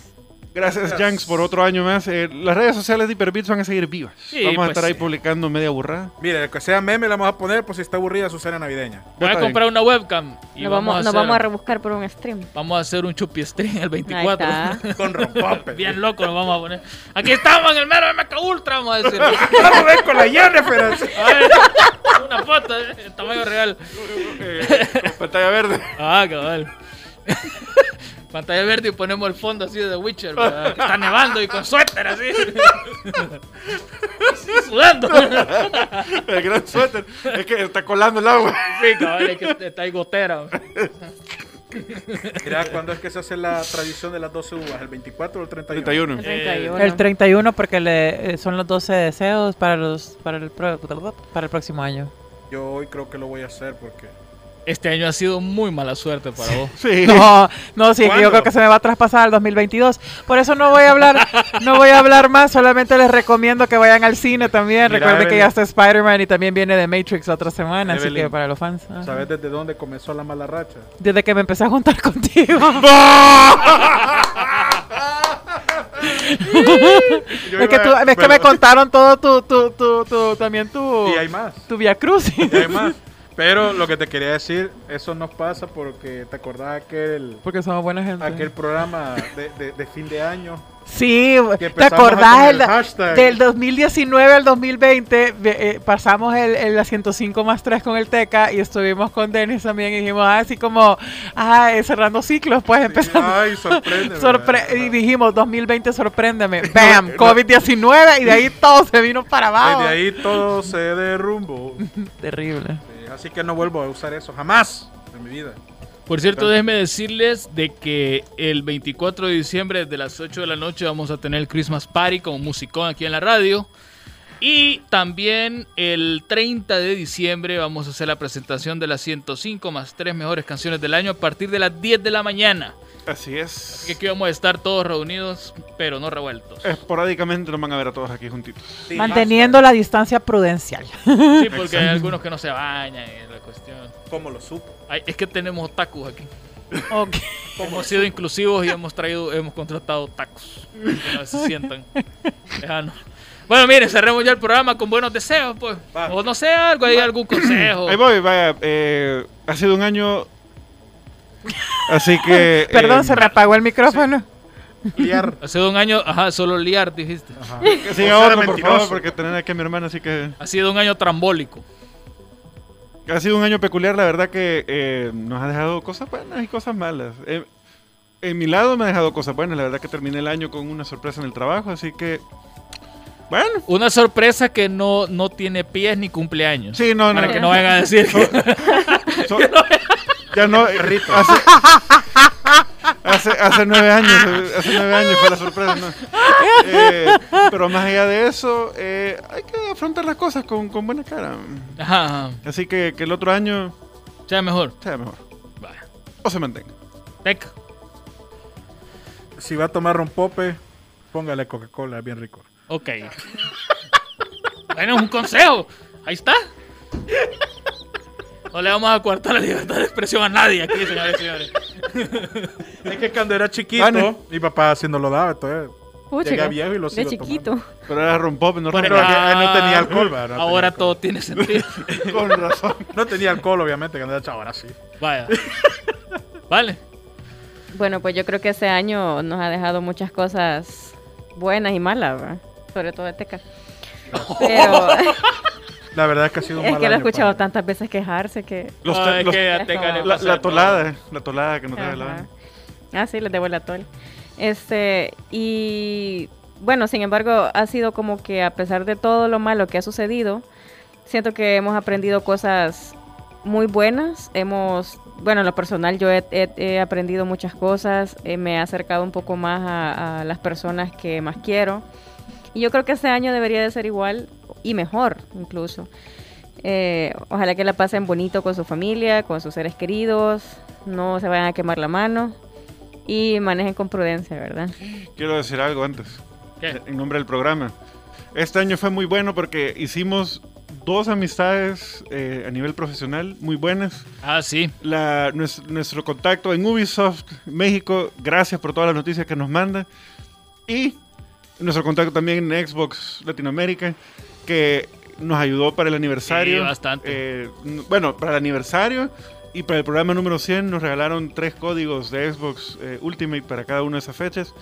B: Gracias, Janks, por otro año más. Eh, las redes sociales de Hyperbits van a seguir vivas.
C: Sí,
B: Vamos
C: pues
B: a estar ahí
C: sí.
B: publicando media (laughs) burrada.
D: Mira, el que sea meme la vamos a poner por si está aburrida su cena navideña.
C: Voy a
B: Está bien.
C: comprar una webcam y vamos,
E: Nos vamos,
C: a
E: nos
C: hacer,
E: vamos
C: vamos,
E: a rebuscar por un stream.
C: a hacer un chupi stream el
E: Ahí
C: 24.
E: está. (laughs)
D: Con (laughs) rompope.
C: Bien loco nos vamos a poner. Aquí estamos en el mero MK Ultra, vamos a decir.
D: Vamos a ver con la Jennifer.
C: A ver, una foto, eh, en tamaño real.
B: Pantalla verde. (laughs)
C: Ah, cabal. (laughs) Pantalla verde y ponemos el fondo así de The Witcher, ¿verdad? Que está nevando y con suéter así. Así, sudando. (laughs)
B: El gran suéter. Es que está colando el agua.
C: Sí, cabal, es que está ahí gotera.
D: Mira, ¿cuándo es que se hace la tradición de las 12 uvas? ¿El 24 o el 31?
B: 31.
E: El
C: Eh.
E: 31.
F: El 31 porque le, eh, son los 12 deseos para, los, para, el, pro- para el próximo año.
D: Yo hoy creo que lo voy a hacer porque...
C: Este año ha sido muy mala suerte para vos.
B: Sí.
F: No, no, sí,
D: ¿Cuándo?
F: yo creo que se me va a traspasar al 2022. Por eso no voy a hablar, no voy a hablar más, solamente les recomiendo que vayan al cine también.
D: Mira,
F: Recuerden que
D: Evelyn.
F: ya está Spider-Man y también viene de Matrix la otra semana, así
D: Evelyn.
F: que para los fans. ajá.
D: ¿Sabes desde dónde comenzó la mala racha?
F: Desde que me empecé a juntar (laughs) contigo.
D: Yo
F: es que,
D: iba-
F: tú- es que
D: bueno,
F: me contaron todo tu, tu, tu, tu- también tu,
D: Y hay más.
F: tu Via Cruz.
D: Y hay más. Pero lo que te quería decir, eso nos pasa porque te acordás aquel,
F: (laughs) Porque somos buena gente.
D: aquel programa de, de- de fin de año.
F: Sí,
D: Que
F: ¿te
D: empezamos con
F: acordás?
D: el
F: el-
D: hashtag.
F: del 2019 al 2020 ve- eh, pasamos el, el la 105 más 3 con el TECA y estuvimos con Dennis también y dijimos ah, así como ah, eh, cerrando ciclos, pues empezamos.
D: Ay,
F: (laughs)
D: sorprende.
F: Sorpre- y dijimos 2020 sorpréndeme,
D: (laughs)
F: bam, COVID-19 y de ahí todo se vino para abajo.
D: de ahí todo se derrumbó.
F: Terrible.
D: Eh, Así que no vuelvo a usar eso jamás en mi vida.
C: Por cierto, déjenme decirles de que el 24 de diciembre, desde las 8 de la noche, vamos a tener el Christmas Party como musicón aquí en la radio. Y también el 30 de diciembre vamos a hacer la presentación de las 105 más 3 mejores canciones del año a partir de las 10 de la mañana.
B: (laughs) Así es.
C: Así que aquí vamos a estar todos reunidos, pero no revueltos.
B: (laughs) Esporádicamente nos van a ver a todos aquí juntitos.
F: Manteniendo la distancia prudencial.
C: Sí, porque hay algunos que no se bañan y la cuestión.
D: Como lo supo.
C: Ay, es que tenemos otakus aquí.
D: (laughs)
F: Ok.
C: Hemos sido inclusivos y hemos traído, hemos contratado tacos. Que no se sientan. lejanos. Bueno, miren, cerremos ya el programa con buenos deseos, pues.
D: Va.
C: O no sé, algo, hay algún consejo.
B: Ahí voy, vaya. eh, ha sido un año. Así
C: (laughs)
B: que.
F: Perdón,
B: eh,
F: se me apagó el micrófono.
D: Liar.
C: Ha sido un año, ajá, solo liar, dijiste.
B: Que siga
D: O sea,
B: otro, por
D: mentiroso.
B: favor, porque tener aquí a mi hermana, así que.
C: Ha sido un año trambólico.
B: Ha sido un año peculiar, la verdad que eh, nos ha dejado cosas buenas y cosas malas. Eh, en mi lado me ha dejado cosas buenas, la verdad que terminé el año con una sorpresa en el trabajo, así que... Bueno,
C: Una sorpresa que no, no tiene pies ni cumpleaños.
B: sí, no, no.
C: Para que no vayan a decir (laughs) que-
B: so- ya no... eh, Hace, hace, hace nueve años, eh, hace nueve años fue la sorpresa, ¿no? Eh, pero más allá de eso, eh, hay que afrontar las cosas con, con buena cara.
C: Ajá, ajá.
B: Así que que el otro año
C: Ya mejor.
B: sea mejor,
C: Vaya.
B: o se mantenga.
C: Teca.
D: Si va a tomar rompope, póngale Coca-Cola, es bien rico.
C: Ok. bueno, un consejo. Ahí está. No le vamos a coartar la libertad de expresión a nadie aquí, señores y señores.
D: Es que cuando era chiquito,
B: Vane.
D: mi papá eh. haciendo lo daba, entonces... Llega
E: Puchica,
D: viejo y lo
E: de
D: sigo
E: chiquito.
B: Pero era rompop, no
C: Bueno,
D: Pero
B: rompop.
D: que no tenía alcohol, va, no tenía
C: Ahora
D: alcohol.
C: todo tiene sentido.
B: (laughs) Con razón.
D: No tenía alcohol, obviamente, cuando era chavo, ahora sí.
C: Vaya. Vale.
E: Bueno, pues yo creo que ese año nos ha dejado muchas cosas buenas y malas, ¿verdad? sobre todo de Teca.
D: (laughs)
E: Pero (laughs)
D: La verdad es que ha sido un
E: es
D: mal
E: que lo he
D: año,
E: escuchado
D: padre.
E: tantas veces quejarse que...
B: Los
C: Ay,
B: te- los-
C: que a
E: los-
C: Teca le
B: la,
C: pasa
B: la
C: de todo.
B: tolada, eh, la tolada que nos trae la
E: Ajá.
B: banda.
E: Ah, sí, les debo la tole. Este, y bueno, sin embargo, ha sido como que a pesar de todo lo malo que ha sucedido, siento que hemos aprendido cosas muy buenas. Hemos, bueno, en lo personal yo he, he- he aprendido muchas cosas, eh, me he acercado un poco más a, a las personas que más quiero. Y yo creo que este año debería de ser igual y mejor incluso. Eh, ojalá que la pasen bonito con su familia, con sus seres queridos, no se vayan a quemar la mano y manejen con prudencia, ¿verdad?
B: Quiero decir algo antes.
C: ¿Qué?
B: En nombre del programa. Este año fue muy bueno porque hicimos dos amistades eh, a nivel profesional muy buenas.
C: Ah, sí.
B: La- nues- nuestro, contacto en Ubisoft México, gracias por todas las noticias que nos manda. Y nuestro contacto también en Xbox Latinoamérica, que nos ayudó para el aniversario.
C: Sí, bastante.
B: Eh, n- bueno, para el aniversario y para el programa número 100 nos regalaron tres códigos de Xbox eh, Ultimate para cada una de esas fechas.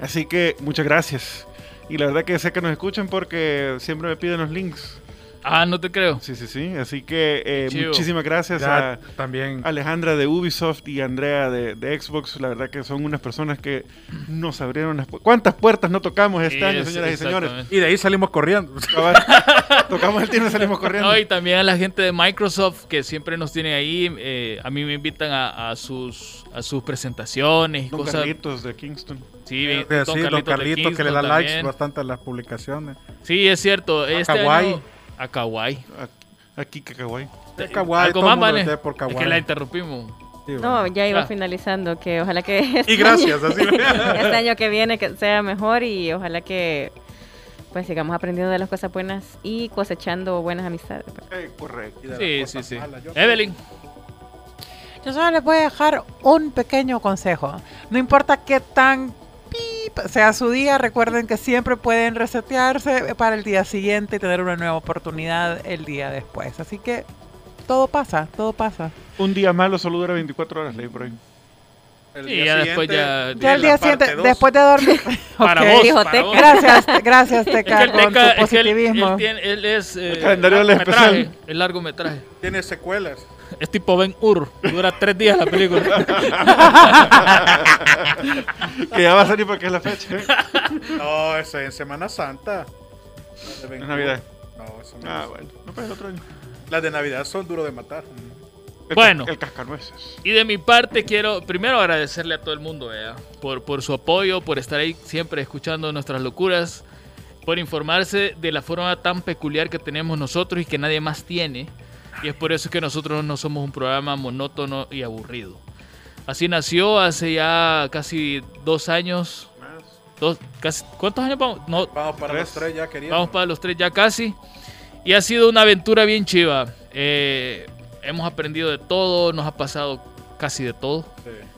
B: Así que muchas gracias. Y la verdad que sé que nos escuchan porque siempre me piden los links.
C: Ah, no te creo.
B: Sí, sí, sí. Así que eh,
C: Chivo.
B: muchísimas gracias
D: Ya,
B: a,
D: también.
C: Ah.
B: Alejandra de Ubisoft y Andrea de, de Xbox, la verdad que son unas personas que nos abrieron las pu- ¿Cuántas puertas no tocamos este año,
C: Es-
B: señoras y señores?
C: exactamente.
D: Y de ahí salimos corriendo. (laughs)
B: Cabal, (laughs) tocamos el tiro y salimos corriendo.
C: No, y también a la gente de Microsoft que siempre nos tiene ahí. eh, a mí me invitan a, a sus, a sus presentaciones y
B: Don
C: cosas.
B: Carlitos de Kingston.
C: Sí,
D: Eh, Sí,
C: bien, don
D: don Carlitos,
C: Carlitos de
D: que le
C: Kingston
D: da likes
C: también.
D: bastante a las publicaciones.
C: Sí, es cierto. este año-
D: Kawaii.
C: a Kawaii.
B: a- Aquí, Cacahuay.
D: Es kawaii,
C: Algo
D: todo
C: más,
D: el mundo
C: Vane.
D: lo tiene por
C: Es que
D: kawaii.
C: la interrumpimos.
D: Sí,
E: No,
D: bueno.
E: ya iba
C: Ah.
E: finalizando, que ojalá que... (laughs)
D: Y (laughs)
E: este
D: gracias,
E: año-
D: así.
E: este año que viene que sea mejor y ojalá que pues sigamos aprendiendo de las cosas buenas y cosechando buenas amistades.
B: correcto.
C: (laughs) Sí, sí, Eh, sí.
D: malas, pues, yo-
C: Evelyn.
F: Yo solo les voy a dejar un pequeño consejo. No importa qué tan pip sea su día, recuerden que siempre pueden resetearse para el día siguiente y tener una nueva oportunidad el día después. Así que todo pasa, todo pasa.
B: Un día malo solo dura 24 horas, leí por ahí.
D: El
C: Y
D: día
C: ya después
D: siguiente,
C: ya-
D: de
F: Ya el
D: la
F: día
D: parte
F: siguiente,
D: dos.
F: después de dormir.
C: (laughs) Para
F: Ok.
C: vos.
E: Hijoteca.
C: Para vos.
F: Gracias, gracias
C: (laughs) Es que
F: Teca,
C: el
F: con
C: Teca-
F: tu
C: es que él, él
F: positivismo.
C: tiene- él es. eh,
B: El calendario del
C: largometraje,
B: especial.
C: El largometraje.
D: Tiene secuelas.
C: Es tipo Ben Ur. Dura tres días la
D: (laughs)
C: película.
B: Que ya va a salir porque es la fecha. ¿eh?
C: (laughs)
D: No, eso es en Semana Santa. La de Ben
B: En Navidad.
D: Hur. No, eso no
B: Ah,
D: es.
B: bueno. No para el otro año.
D: Las de Navidad son duro de matar.
B: El-
C: Bueno.
B: El cascanueces.
C: Y de mi parte quiero primero agradecerle a todo el mundo ¿verdad? por, por su apoyo, por estar ahí siempre escuchando nuestras locuras, por informarse de la forma tan peculiar que tenemos nosotros y que nadie más tiene. Y es por eso que nosotros no somos un programa monótono y aburrido. Así nació hace ya casi dos años.
B: Más.
C: Dos, casi, ¿Cuántos años vamos? No,
D: Vamos para
B: Tres.
D: los tres ya, querido.
C: Vamos para los tres ya casi. Y ha sido una aventura bien chiva. Eh, hemos aprendido de todo, nos ha pasado casi de todo.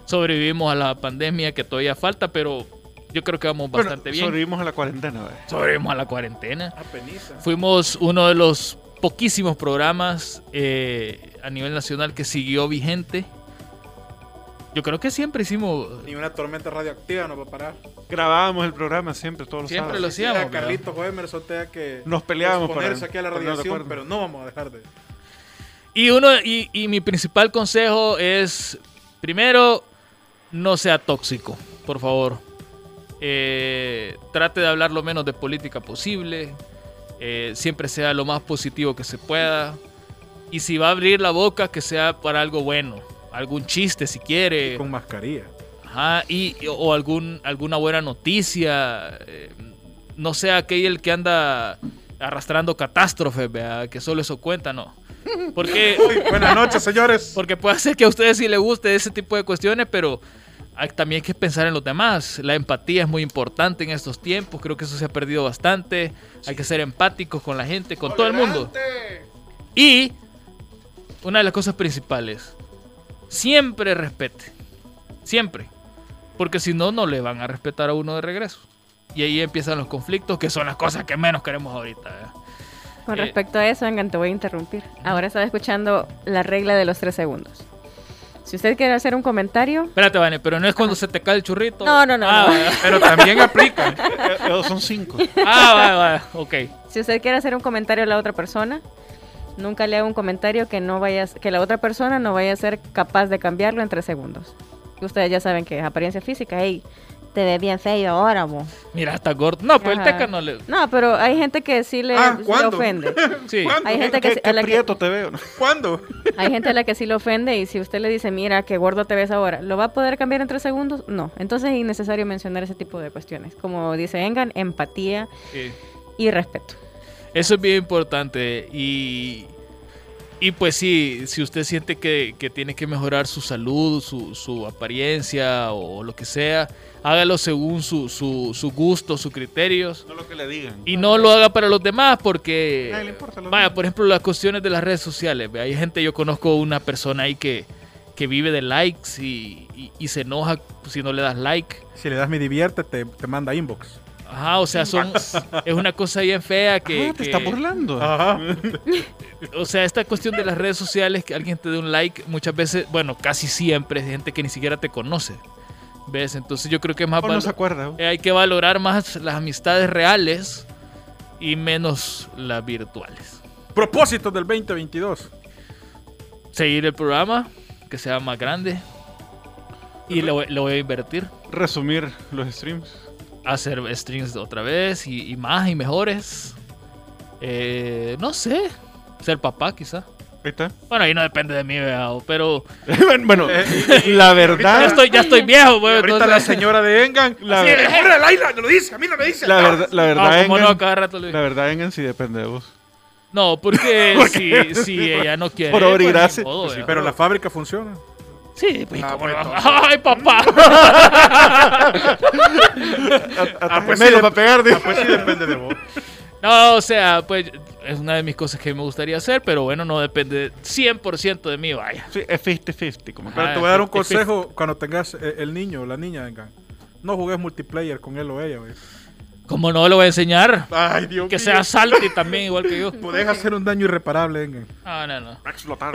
C: Sobrevivimos a la pandemia que todavía falta, pero yo creo que vamos
B: Bueno,
C: bastante bien.
B: Sobrevivimos a la cuarentena, ¿verdad?
C: Sobrevivimos a la cuarentena.
D: A penita.
C: Fuimos uno de los poquísimos programas eh, a nivel nacional que siguió vigente. Yo creo que siempre hicimos...
D: Ni una tormenta radioactiva nos va a parar.
B: Grabábamos el programa siempre, todos los
C: Siempre
B: sábados.
C: lo hacíamos.
D: Mira,
C: ¿verdad?
D: Carlitos Emerson tenga que
B: Nos peleábamos para-
D: exponerse aquí a la
B: ponernos de
D: radiación,
B: acuerdo.
D: pero no vamos a dejar de.
C: Y uno y, y mi principal consejo es primero no sea tóxico, por favor. Eh, trate de hablar lo menos de política posible. Eh, siempre sea lo más positivo que se pueda. Y si va a abrir la boca, que sea para algo bueno. Algún chiste si quiere.
D: Con mascarilla.
C: Ajá, y, y- o algún, alguna buena noticia. eh, no sea aquel que anda arrastrando catástrofes, ¿verdad? que solo eso cuenta, no. Porque
D: Uy, buenas noches, señores.
C: porque puede ser que a ustedes sí les guste ese tipo de cuestiones, pero hay- también hay que pensar en los demás. La empatía es muy importante en estos tiempos. Creo que eso se ha perdido bastante. Hay que ser empáticos con la gente, con todo el mundo. Y una de las cosas principales, siempre respete. Siempre. Porque si no, no le van a respetar a uno de regreso. Y ahí empiezan los conflictos, que son las cosas que menos queremos ahorita. ¿verdad?
E: Con
C: Eh.
E: respecto a eso, Engan, te voy a interrumpir. Ahora estaba escuchando la regla de los tres segundos. Si usted quiere hacer un comentario,
C: Espérate, Vane, pero no es cuando se te cae el churrito.
E: No, no, no,
C: Ah, (laughs)
E: no.
C: ¿verdad?
D: Pero también aplica.
B: (laughs) Eh, eh, son cinco.
C: Ah, va, va, ok.
E: si usted quiere hacer un comentario a la otra persona, nunca le haga un comentario que no vaya, que la otra persona no vaya a ser capaz de cambiarlo en tres segundos. Y Ustedes ya saben que es apariencia física, hey, te ve bien feo ahora, vos.
C: Mira, está gordo. No, pues el
E: Ajá.
C: Teca no le.
E: No, pero hay gente que sí le,
D: Ah,
E: sí le
D: ¿cuándo?
E: ofende.
C: Sí.
D: ¿Cuándo?
E: Hay gente que, sí-
B: ¿Qué,
E: a
B: qué
E: la que,
B: prieto te veo? ¿no?
D: ¿Cuándo?
E: (laughs) hay gente a la que sí le ofende y si usted le dice, mira, qué gordo te ves ahora, ¿lo va a poder cambiar en tres segundos? No. Entonces es innecesario mencionar ese tipo de cuestiones. Como dice Engan, empatía
C: Sí.
E: y respeto.
C: Eso es bien importante. Y Y pues sí, si usted siente que, que tiene que mejorar su salud, su, su apariencia o lo que sea, hágalo según su, su, su gusto, sus criterios.
B: No lo que le digan.
C: Y no lo haga para los demás porque...
B: Nadie le importa los
C: vaya,
B: demás.
C: por ejemplo, las cuestiones de las redes sociales. ve, Hay gente, yo conozco una persona ahí que, que vive de likes y, y- y se enoja si no le das like.
D: Si le das mi divierte, te, te manda inbox.
C: Ajá, o sea, son, es una cosa bien fea que...
B: Ah, te
C: que-
B: está burlando.
D: Ajá.
C: O sea, esta cuestión de las redes sociales, que alguien te dé un like, muchas veces, bueno, casi siempre es gente que ni siquiera te conoce. ¿Ves? Entonces yo creo que es más
B: O no se
C: valo-
B: acuerda.
C: eh, hay que valorar más las amistades reales y menos las virtuales.
D: Propósitos del 2022.
C: Seguir el programa, que sea más grande. Y le voy, le voy a invertir.
B: Resumir los streams.
C: Hacer streams otra vez y, y más y mejores. Eh, no sé. Ser papá quizá.
B: Ahí
D: (laughs)
B: está.
C: Bueno, ahí no depende de mí, ¿verdad? pero
B: bueno, la verdad.
C: ya estoy, ya estoy viejo, güey.
D: Ah. Ahorita
C: entonces-
D: la señora de Engan.
B: (laughs) La
D: así,
B: verdad.
D: "Mira, Laila, me lo dice, a mí no me dice.
B: La verdad, la verdad,
C: Ah, cómo no,
B: Engan-
C: cada rato le-
B: la verdad, Engan sí depende de vos.
C: No,
D: (laughs)
C: porque si, si ella no quiere.
B: Por obra y gracia.
C: ni modo,
B: Pues sí,
C: ¿verdad?
D: Pero la fábrica funciona.
C: Sí, pues.
G: Ah,
C: ¿cómo
G: pues,
C: no?
G: entonces.
C: (laughs) Ay, papá.
B: Ah,
D: pues
B: medio
D: sí,
B: para pegar, digo.
D: Ah, pues sí, depende de (laughs) vos.
C: No, o sea, pues es una de mis cosas que me gustaría hacer, pero bueno, no depende 100% de mí, vaya.
B: Sí, es 50-50. Como que-
D: Pero te voy a dar un
C: Ah, es- es-
D: consejo cuando tengas eh, el niño o la niña, Engan. No jugues multiplayer con él o ella, güey.
C: Como no lo voy a enseñar,
D: Ay, Dios
C: que sea salty también, igual que
D: (laughs)
C: yo.
D: Podés Pues hacer un daño irreparable, Engan.
C: Ah, no, no.
B: Va a (laughs) explotar.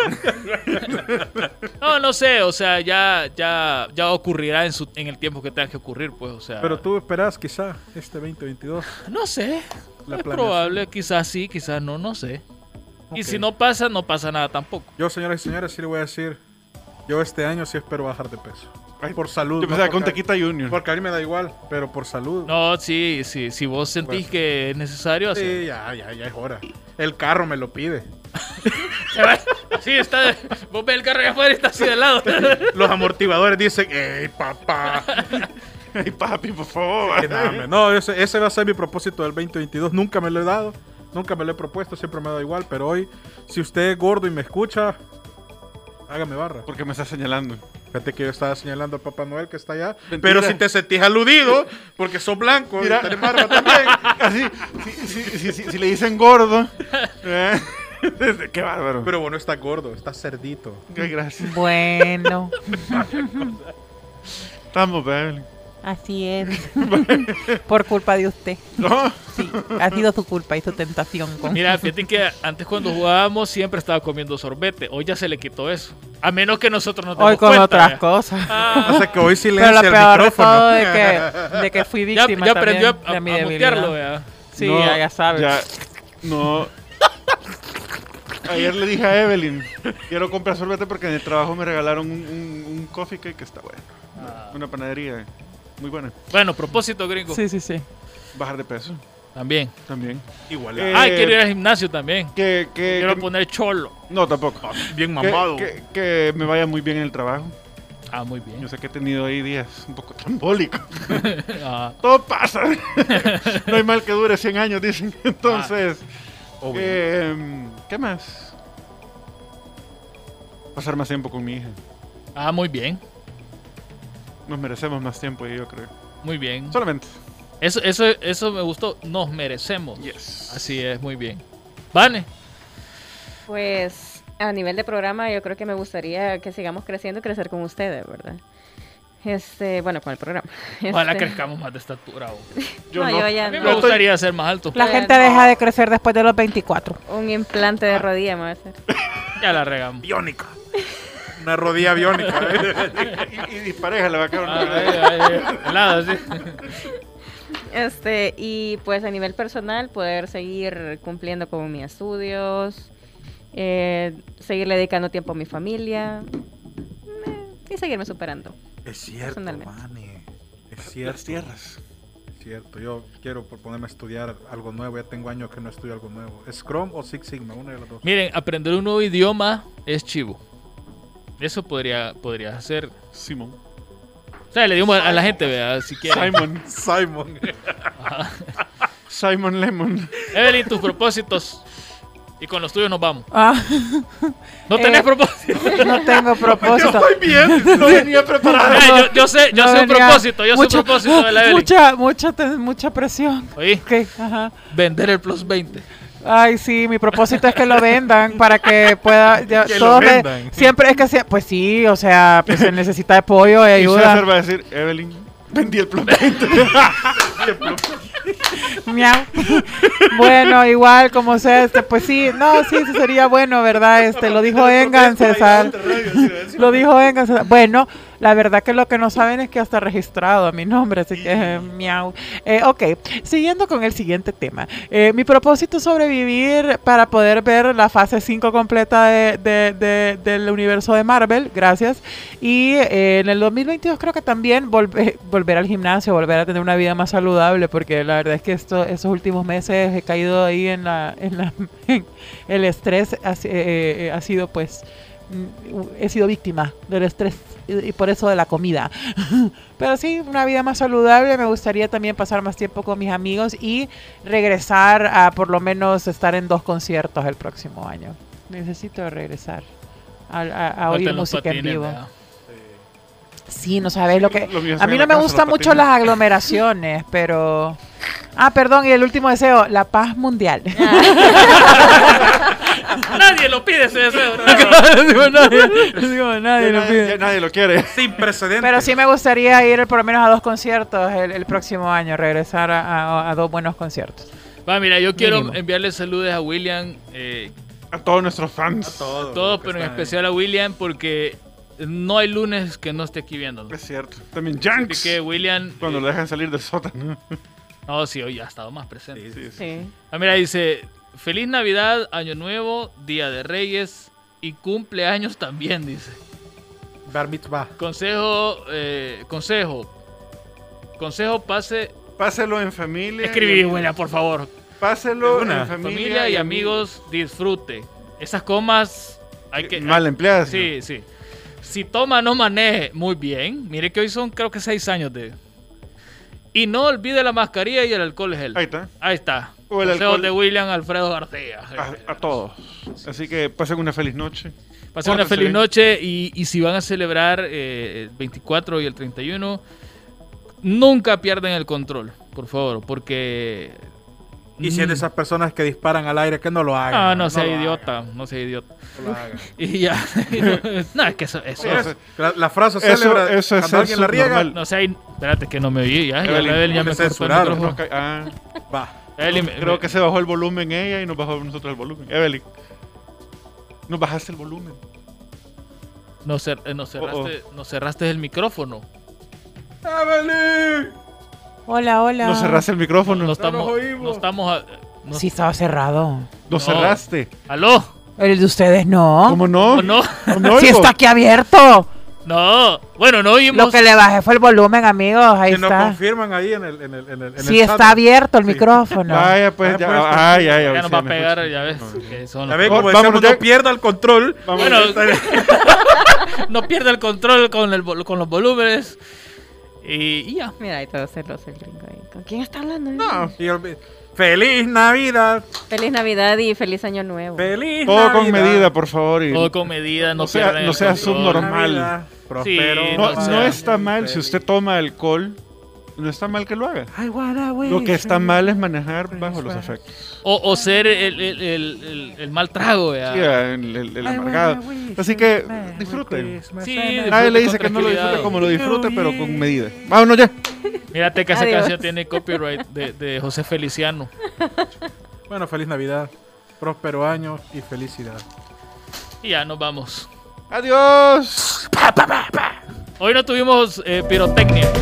C: No, no sé, o sea, ya, ya, ya ocurrirá en, su, en el tiempo que tenga que ocurrir, pues, o sea.
D: Ah. Pero tú esperás quizá este 2022.
C: No sé.
D: La
C: es
D: planeación.
C: probable, quizás sí, quizás no, no sé. Y
D: Ok.
C: si no pasa, no pasa nada tampoco.
D: Yo, señoras y señores, sí le voy a decir, yo este año sí espero bajar de peso.
B: Ay,
D: por salud.
B: Yo
D: ¿no?
B: pensaba con
D: porque,
B: Tequita Junior.
D: porque a mí me da igual, pero por salud.
C: No, sí, sí, si vos sentís
D: Bueno.
C: que es necesario hacer.
D: (laughs) sí, ya, ya, ya es hora. El carro me lo pide.
C: (laughs) Sí, está. de- Vos ves el carro allá afuera y está así de
D: (laughs)
C: lado.
D: Los amortiguadores dicen, ¡Ey, papá!
B: Ay, papi, por favor.
D: que dame. No, ese, ese va a ser mi propósito del 2022. Nunca me lo he dado, nunca me lo he propuesto, siempre me da igual. Pero hoy, si usted es gordo y me escucha, hágame barra.
B: Porque me está señalando.
D: Fíjate que yo estaba señalando al Papá Noel que está allá.
B: Mentira.
D: Pero si te sentís aludido, porque sos blanco,
B: Mira.
D: y tenés barba también.
B: Así, si, si, si, si- si le dicen
D: (laughs)
B: gordo. ¿eh? (laughs) Qué bárbaro.
D: Pero bueno, estás gordo, estás cerdito.
B: Ay, gracias.
C: (laughs)
F: Bueno,
B: Estamos, Beverly.
C: (laughs)
F: así es. Por culpa de usted.
B: No,
F: Ha sido su culpa y su tentación. Con...
C: Mira, fíjate que antes cuando jugábamos siempre estaba comiendo sorbete. Hoy ya se le quitó eso. A menos que nosotros no
F: Hoy
C: tengamos
F: con
C: cuenta,
F: otras
C: ¿eh?
F: cosas.
D: O
C: Ah,
D: sea que hoy silencia
F: Pero lo
D: el
F: peor de
D: micrófono.
F: todo de
D: (laughs)
F: que, de que fui
C: ya,
F: víctima
C: ya
F: también
C: aprendió a, a-
F: de mi
C: a mutearlo, eh.
F: debilidad.
C: ¿verdad?
F: Sí,
B: no,
F: ya, ya sabes.
B: Ya, no. (laughs) Ayer le dije a Evelyn, quiero comprar sorbete porque en el trabajo me regalaron un, un, un coffee cake que está bueno.
F: Ah.
B: Una panadería muy buena.
C: Bueno, propósito, gringo.
F: Sí, sí, sí.
B: Bajar de peso
C: También.
B: también.
D: Igual,
B: Eh,
C: Ay, quiero ir al gimnasio también.
D: eh,
B: Que, que,
C: Quiero
B: que-
C: poner cholo.
B: no, tampoco. Que,
D: bien mamado.
B: que- que me vaya muy bien en el trabajo.
C: Ah, muy
B: Yo
C: bien.
B: sé que he tenido ahí días un poco trambólicos.
C: Ah,
B: Todo pasa. (laughs) no hay mal que dure 100 años, dicen. (laughs) Entonces,
D: Obvio.
B: eh, ¿qué más? Pasar más tiempo con mi hija.
C: ah, muy bien.
B: Nos merecemos más tiempo, yo creo.
C: Muy bien.
B: Solamente.
C: Eso, eso, eso me gustó. Nos merecemos.
B: Yes.
C: Así es, muy bien. Vane.
E: Pues a nivel de programa yo creo que me gustaría que sigamos creciendo y crecer con ustedes, ¿verdad? Este, bueno, con el programa.
C: Ojalá
E: Este,
C: crezcamos más de estatura. hombre.
E: No, yo ya
C: A mí
E: no.
C: me gustaría ser más alto.
F: La
E: Bueno.
F: gente deja de crecer después de los 24.
E: Un implante de rodilla me va a hacer.
C: Ya la regamos.
D: Biónica. Una rodilla biónica. ¿eh?
B: Y, y dispareja le va a caer
C: Ah,
B: una-
C: ahí, ahí, ahí, al lado, sí.
E: Este, y pues a nivel personal, poder seguir cumpliendo con mis estudios, eh, seguir dedicando tiempo a mi familia eh, y seguirme (laughs) superando.
D: Es cierto,
E: Personalmente.
D: mane. Es
B: Las
D: cierto,
B: tierras.
D: es cierto. Yo quiero proponerme a estudiar algo nuevo. Ya tengo años que no estudio algo nuevo. ¿Scrum o Six Sigma? Una de las dos.
C: Miren, aprender un nuevo idioma es chivo. Eso podría, podría hacer.
B: Simón.
C: O sea, le digo a la gente, vea, si quieren.
B: (laughs) Simon.
D: Simon.
B: Simon Lemon.
F: (laughs)
C: Evelyn, tus propósitos. Y con los tuyos nos vamos.
F: Ah,
C: No tenés
F: Eh,
C: propósito.
F: no (laughs) tengo propósito.
B: bien, no
F: (laughs)
B: venía preparado.
C: Mira, yo, yo sé, yo
F: No
C: sé un
F: venía
C: propósito, yo sé
F: mucha-
C: un propósito de la Evelyn.
F: Mucha, mucha, te- mucha presión.
C: Oí,
F: Ok, ajá.
C: vender el Plus 20.
F: Ay, sí, mi propósito es que lo vendan para que pueda. ya
D: Que lo
F: todos me-
D: vendan.
F: siempre es que. se- pues sí, o sea, pues se
D: (laughs)
F: necesita apoyo y
B: Y
F: ayuda.
B: César va a decir, Evelyn, vendí el plan.
F: (laughs)
B: (laughs)
F: Miau. bueno, igual como sea, este, pues sí, no, sí, sí sería bueno, ¿verdad? Este, lo dijo Engan, César. Lo dijo Engan, César. Bueno, la verdad que lo que no saben es que hasta registrado a mi nombre, así que eh, miau. Eh, ok, siguiendo con el siguiente tema. Eh, mi propósito es sobrevivir para poder ver la fase 5 completa de- de- de- del universo de Marvel, gracias. Y eh, en el 2022 creo que también volve- volver al gimnasio, volver a tener una vida más saludable, porque la verdad es que esto, estos últimos meses he caído ahí en la... En la (laughs) el estrés ha, si- eh, eh, ha sido pues... mm, u- He sido víctima del estrés y y por eso de la comida. (laughs) Pero sí, una vida más saludable. Me gustaría también pasar más tiempo con mis amigos y regresar a por lo menos estar en dos conciertos el próximo año. Necesito regresar a, a- a oír
C: Faltan los
F: música en
C: patines,
F: vivo.
C: vea.
F: Sí, no sabes lo que.
B: Lo mío es
F: a mí
B: en
F: no
B: la
F: me
B: casa,
F: gustan
B: los
F: mucho
B: patines.
F: las aglomeraciones, pero. Ah, perdón, y el último deseo, la paz mundial.
C: (laughs)
E: Ah,
C: Nadie lo pide ese deseo. ¿no?
F: Digo, nadie- digo,
B: Ya
F: nadie (laughs) lo
B: nadie, ya
F: pide.
B: nadie lo quiere.
D: Sin precedentes.
F: Pero sí me gustaría ir por lo menos a dos conciertos el, el próximo año, regresar a, a- a dos buenos conciertos.
C: Va, mira, yo quiero
F: Mínimo.
C: enviarle saludos a William, eh,
B: A todos nuestros fans.
D: Todo,
C: todo,
D: que
C: pero en
D: está ahí.
C: especial a William porque no hay lunes que no esté aquí viéndonos.
B: Es cierto. También
C: Así
B: Janks.
C: que William,
B: Cuando
C: eh,
B: lo dejan salir del sótano.
C: no, sí, hoy ha estado más presente.
D: Sí, sí.
E: Sí.
C: Ah, mira, dice, feliz Navidad, Año Nuevo, Día de Reyes y cumpleaños también, dice.
D: Bar mitzvah.
C: Consejo, eh, consejo, consejo, pase,
B: Páselo en familia.
C: escribí,
B: y-
C: William, por favor.
B: Páselo
D: Una.
B: en familia.
C: Familia y amigos, disfrute. Esas comas hay que...
B: eh, Mal empleadas.
C: Sí, sí. Si toma, no maneje. Muy bien. Mire que hoy son creo que seis años de... Y no olvide la mascarilla y el alcohol gel.
B: Ahí está.
C: Ahí está.
B: O el
C: Consejo
B: alcohol. Ah,
C: de William Alfredo García.
B: A, a todos. Así que pasen una feliz noche.
C: Pasen una
B: Pórtense
C: feliz
B: bien.
C: noche y, y si van a celebrar eh, el 24 y el 31, nunca pierdan el control, por favor, porque...
D: Y si es de
C: Mm.
D: esas personas que disparan al aire, que no lo hagan.
C: Ah, no, sea
D: lo
C: idiota, no sea idiota.
D: hagan, no lo hagan.
C: (laughs) Y ya. no, es que eso, eso
B: Eso-
C: es.
D: La, la frase
B: Eso-
D: célebre
B: eso es
D: cuando alguien
B: ser
D: la riega,
B: subnormal.
C: No sé, espérate que no me oí, ya. ya,
B: Evelyn,
C: la Evelyn ya me
D: no me
C: cortó el
D: censuraron,
C: micrófono.
B: Nos ca- ah,
D: va.
C: Evelyn, me-
B: creo que se bajó el volumen ella y nos bajó nosotros el volumen. Evelyn. Nos bajaste el volumen.
C: nos, cer- eh, nos cerraste, nos cerraste el micrófono.
D: Ah, ¡Evelyn!
F: Hola, hola.
B: Nos cerraste el micrófono.
C: No
B: Nos,
C: estamos.
D: nos oímos.
C: No estamos. a- eh, no-
F: Sí, estaba cerrado.
C: No.
B: cerraste.
C: ¿Aló?
F: El de ustedes no.
B: ¿Cómo no?
C: ¿O no?
B: No
F: Sí
B: oigo.
F: está aquí abierto.
C: No. Bueno, no oímos.
F: Lo que le bajé fue el volumen, amigos. Ahí
D: Que nos
F: está.
D: confirman ahí en el, en el, en el, en el
F: Sí,
D: chat.
F: está abierto el micrófono.
B: Vaya, pues
D: Ah,
B: ya.
D: pues,
B: Ay, ay, ay.
C: ya nos va a
B: me
C: pegar,
B: escucho.
C: ya ves. que son
D: Ya
C: los-
D: ven, como
B: Vámonos,
D: decíamos,
B: ya.
D: no pierda el control.
B: Vamos.
C: Bueno, no pierda el control con, el, vol- con los volúmenes. Y, y ya.
E: Mira, ahí todo celoso el gringo ahí. ¿Con quién está hablando?
D: No, (laughs) y olvi- ¡Feliz Navidad!
E: Feliz Navidad y feliz año nuevo.
D: ¡Feliz
B: Todo
D: Navidad!
B: con medida, por favor. y-
C: Todo con medida, no,
B: No sea-
C: pierdan
B: no
C: el
B: sea
C: control.
B: subnormal.
D: Navidad, Próspero.
C: Sí,
B: No,
C: o sea,
B: no está mal si usted toma alcohol. No está mal que lo haga.
F: I wanna wish
B: Lo que está
F: you-
B: mal es manejar bajo los efectos.
C: O, o ser el, el- el- el- el mal trago,
B: Sí, ah,
C: ¿verdad?
B: el, el- el amargado. Así que disfruten.
C: Sí,
B: Nadie le dice
C: con
B: que no lo disfrute
C: tranquilidad.
B: como lo disfrute, pero con medida. Vámonos ya.
C: Mírate que esa
E: Adiós.
C: canción tiene copyright de, de José Feliciano.
D: Bueno, feliz Navidad, próspero año y felicidad.
C: Y ya nos vamos.
B: Adiós.
C: Hoy no tuvimos eh, pirotecnia. (laughs)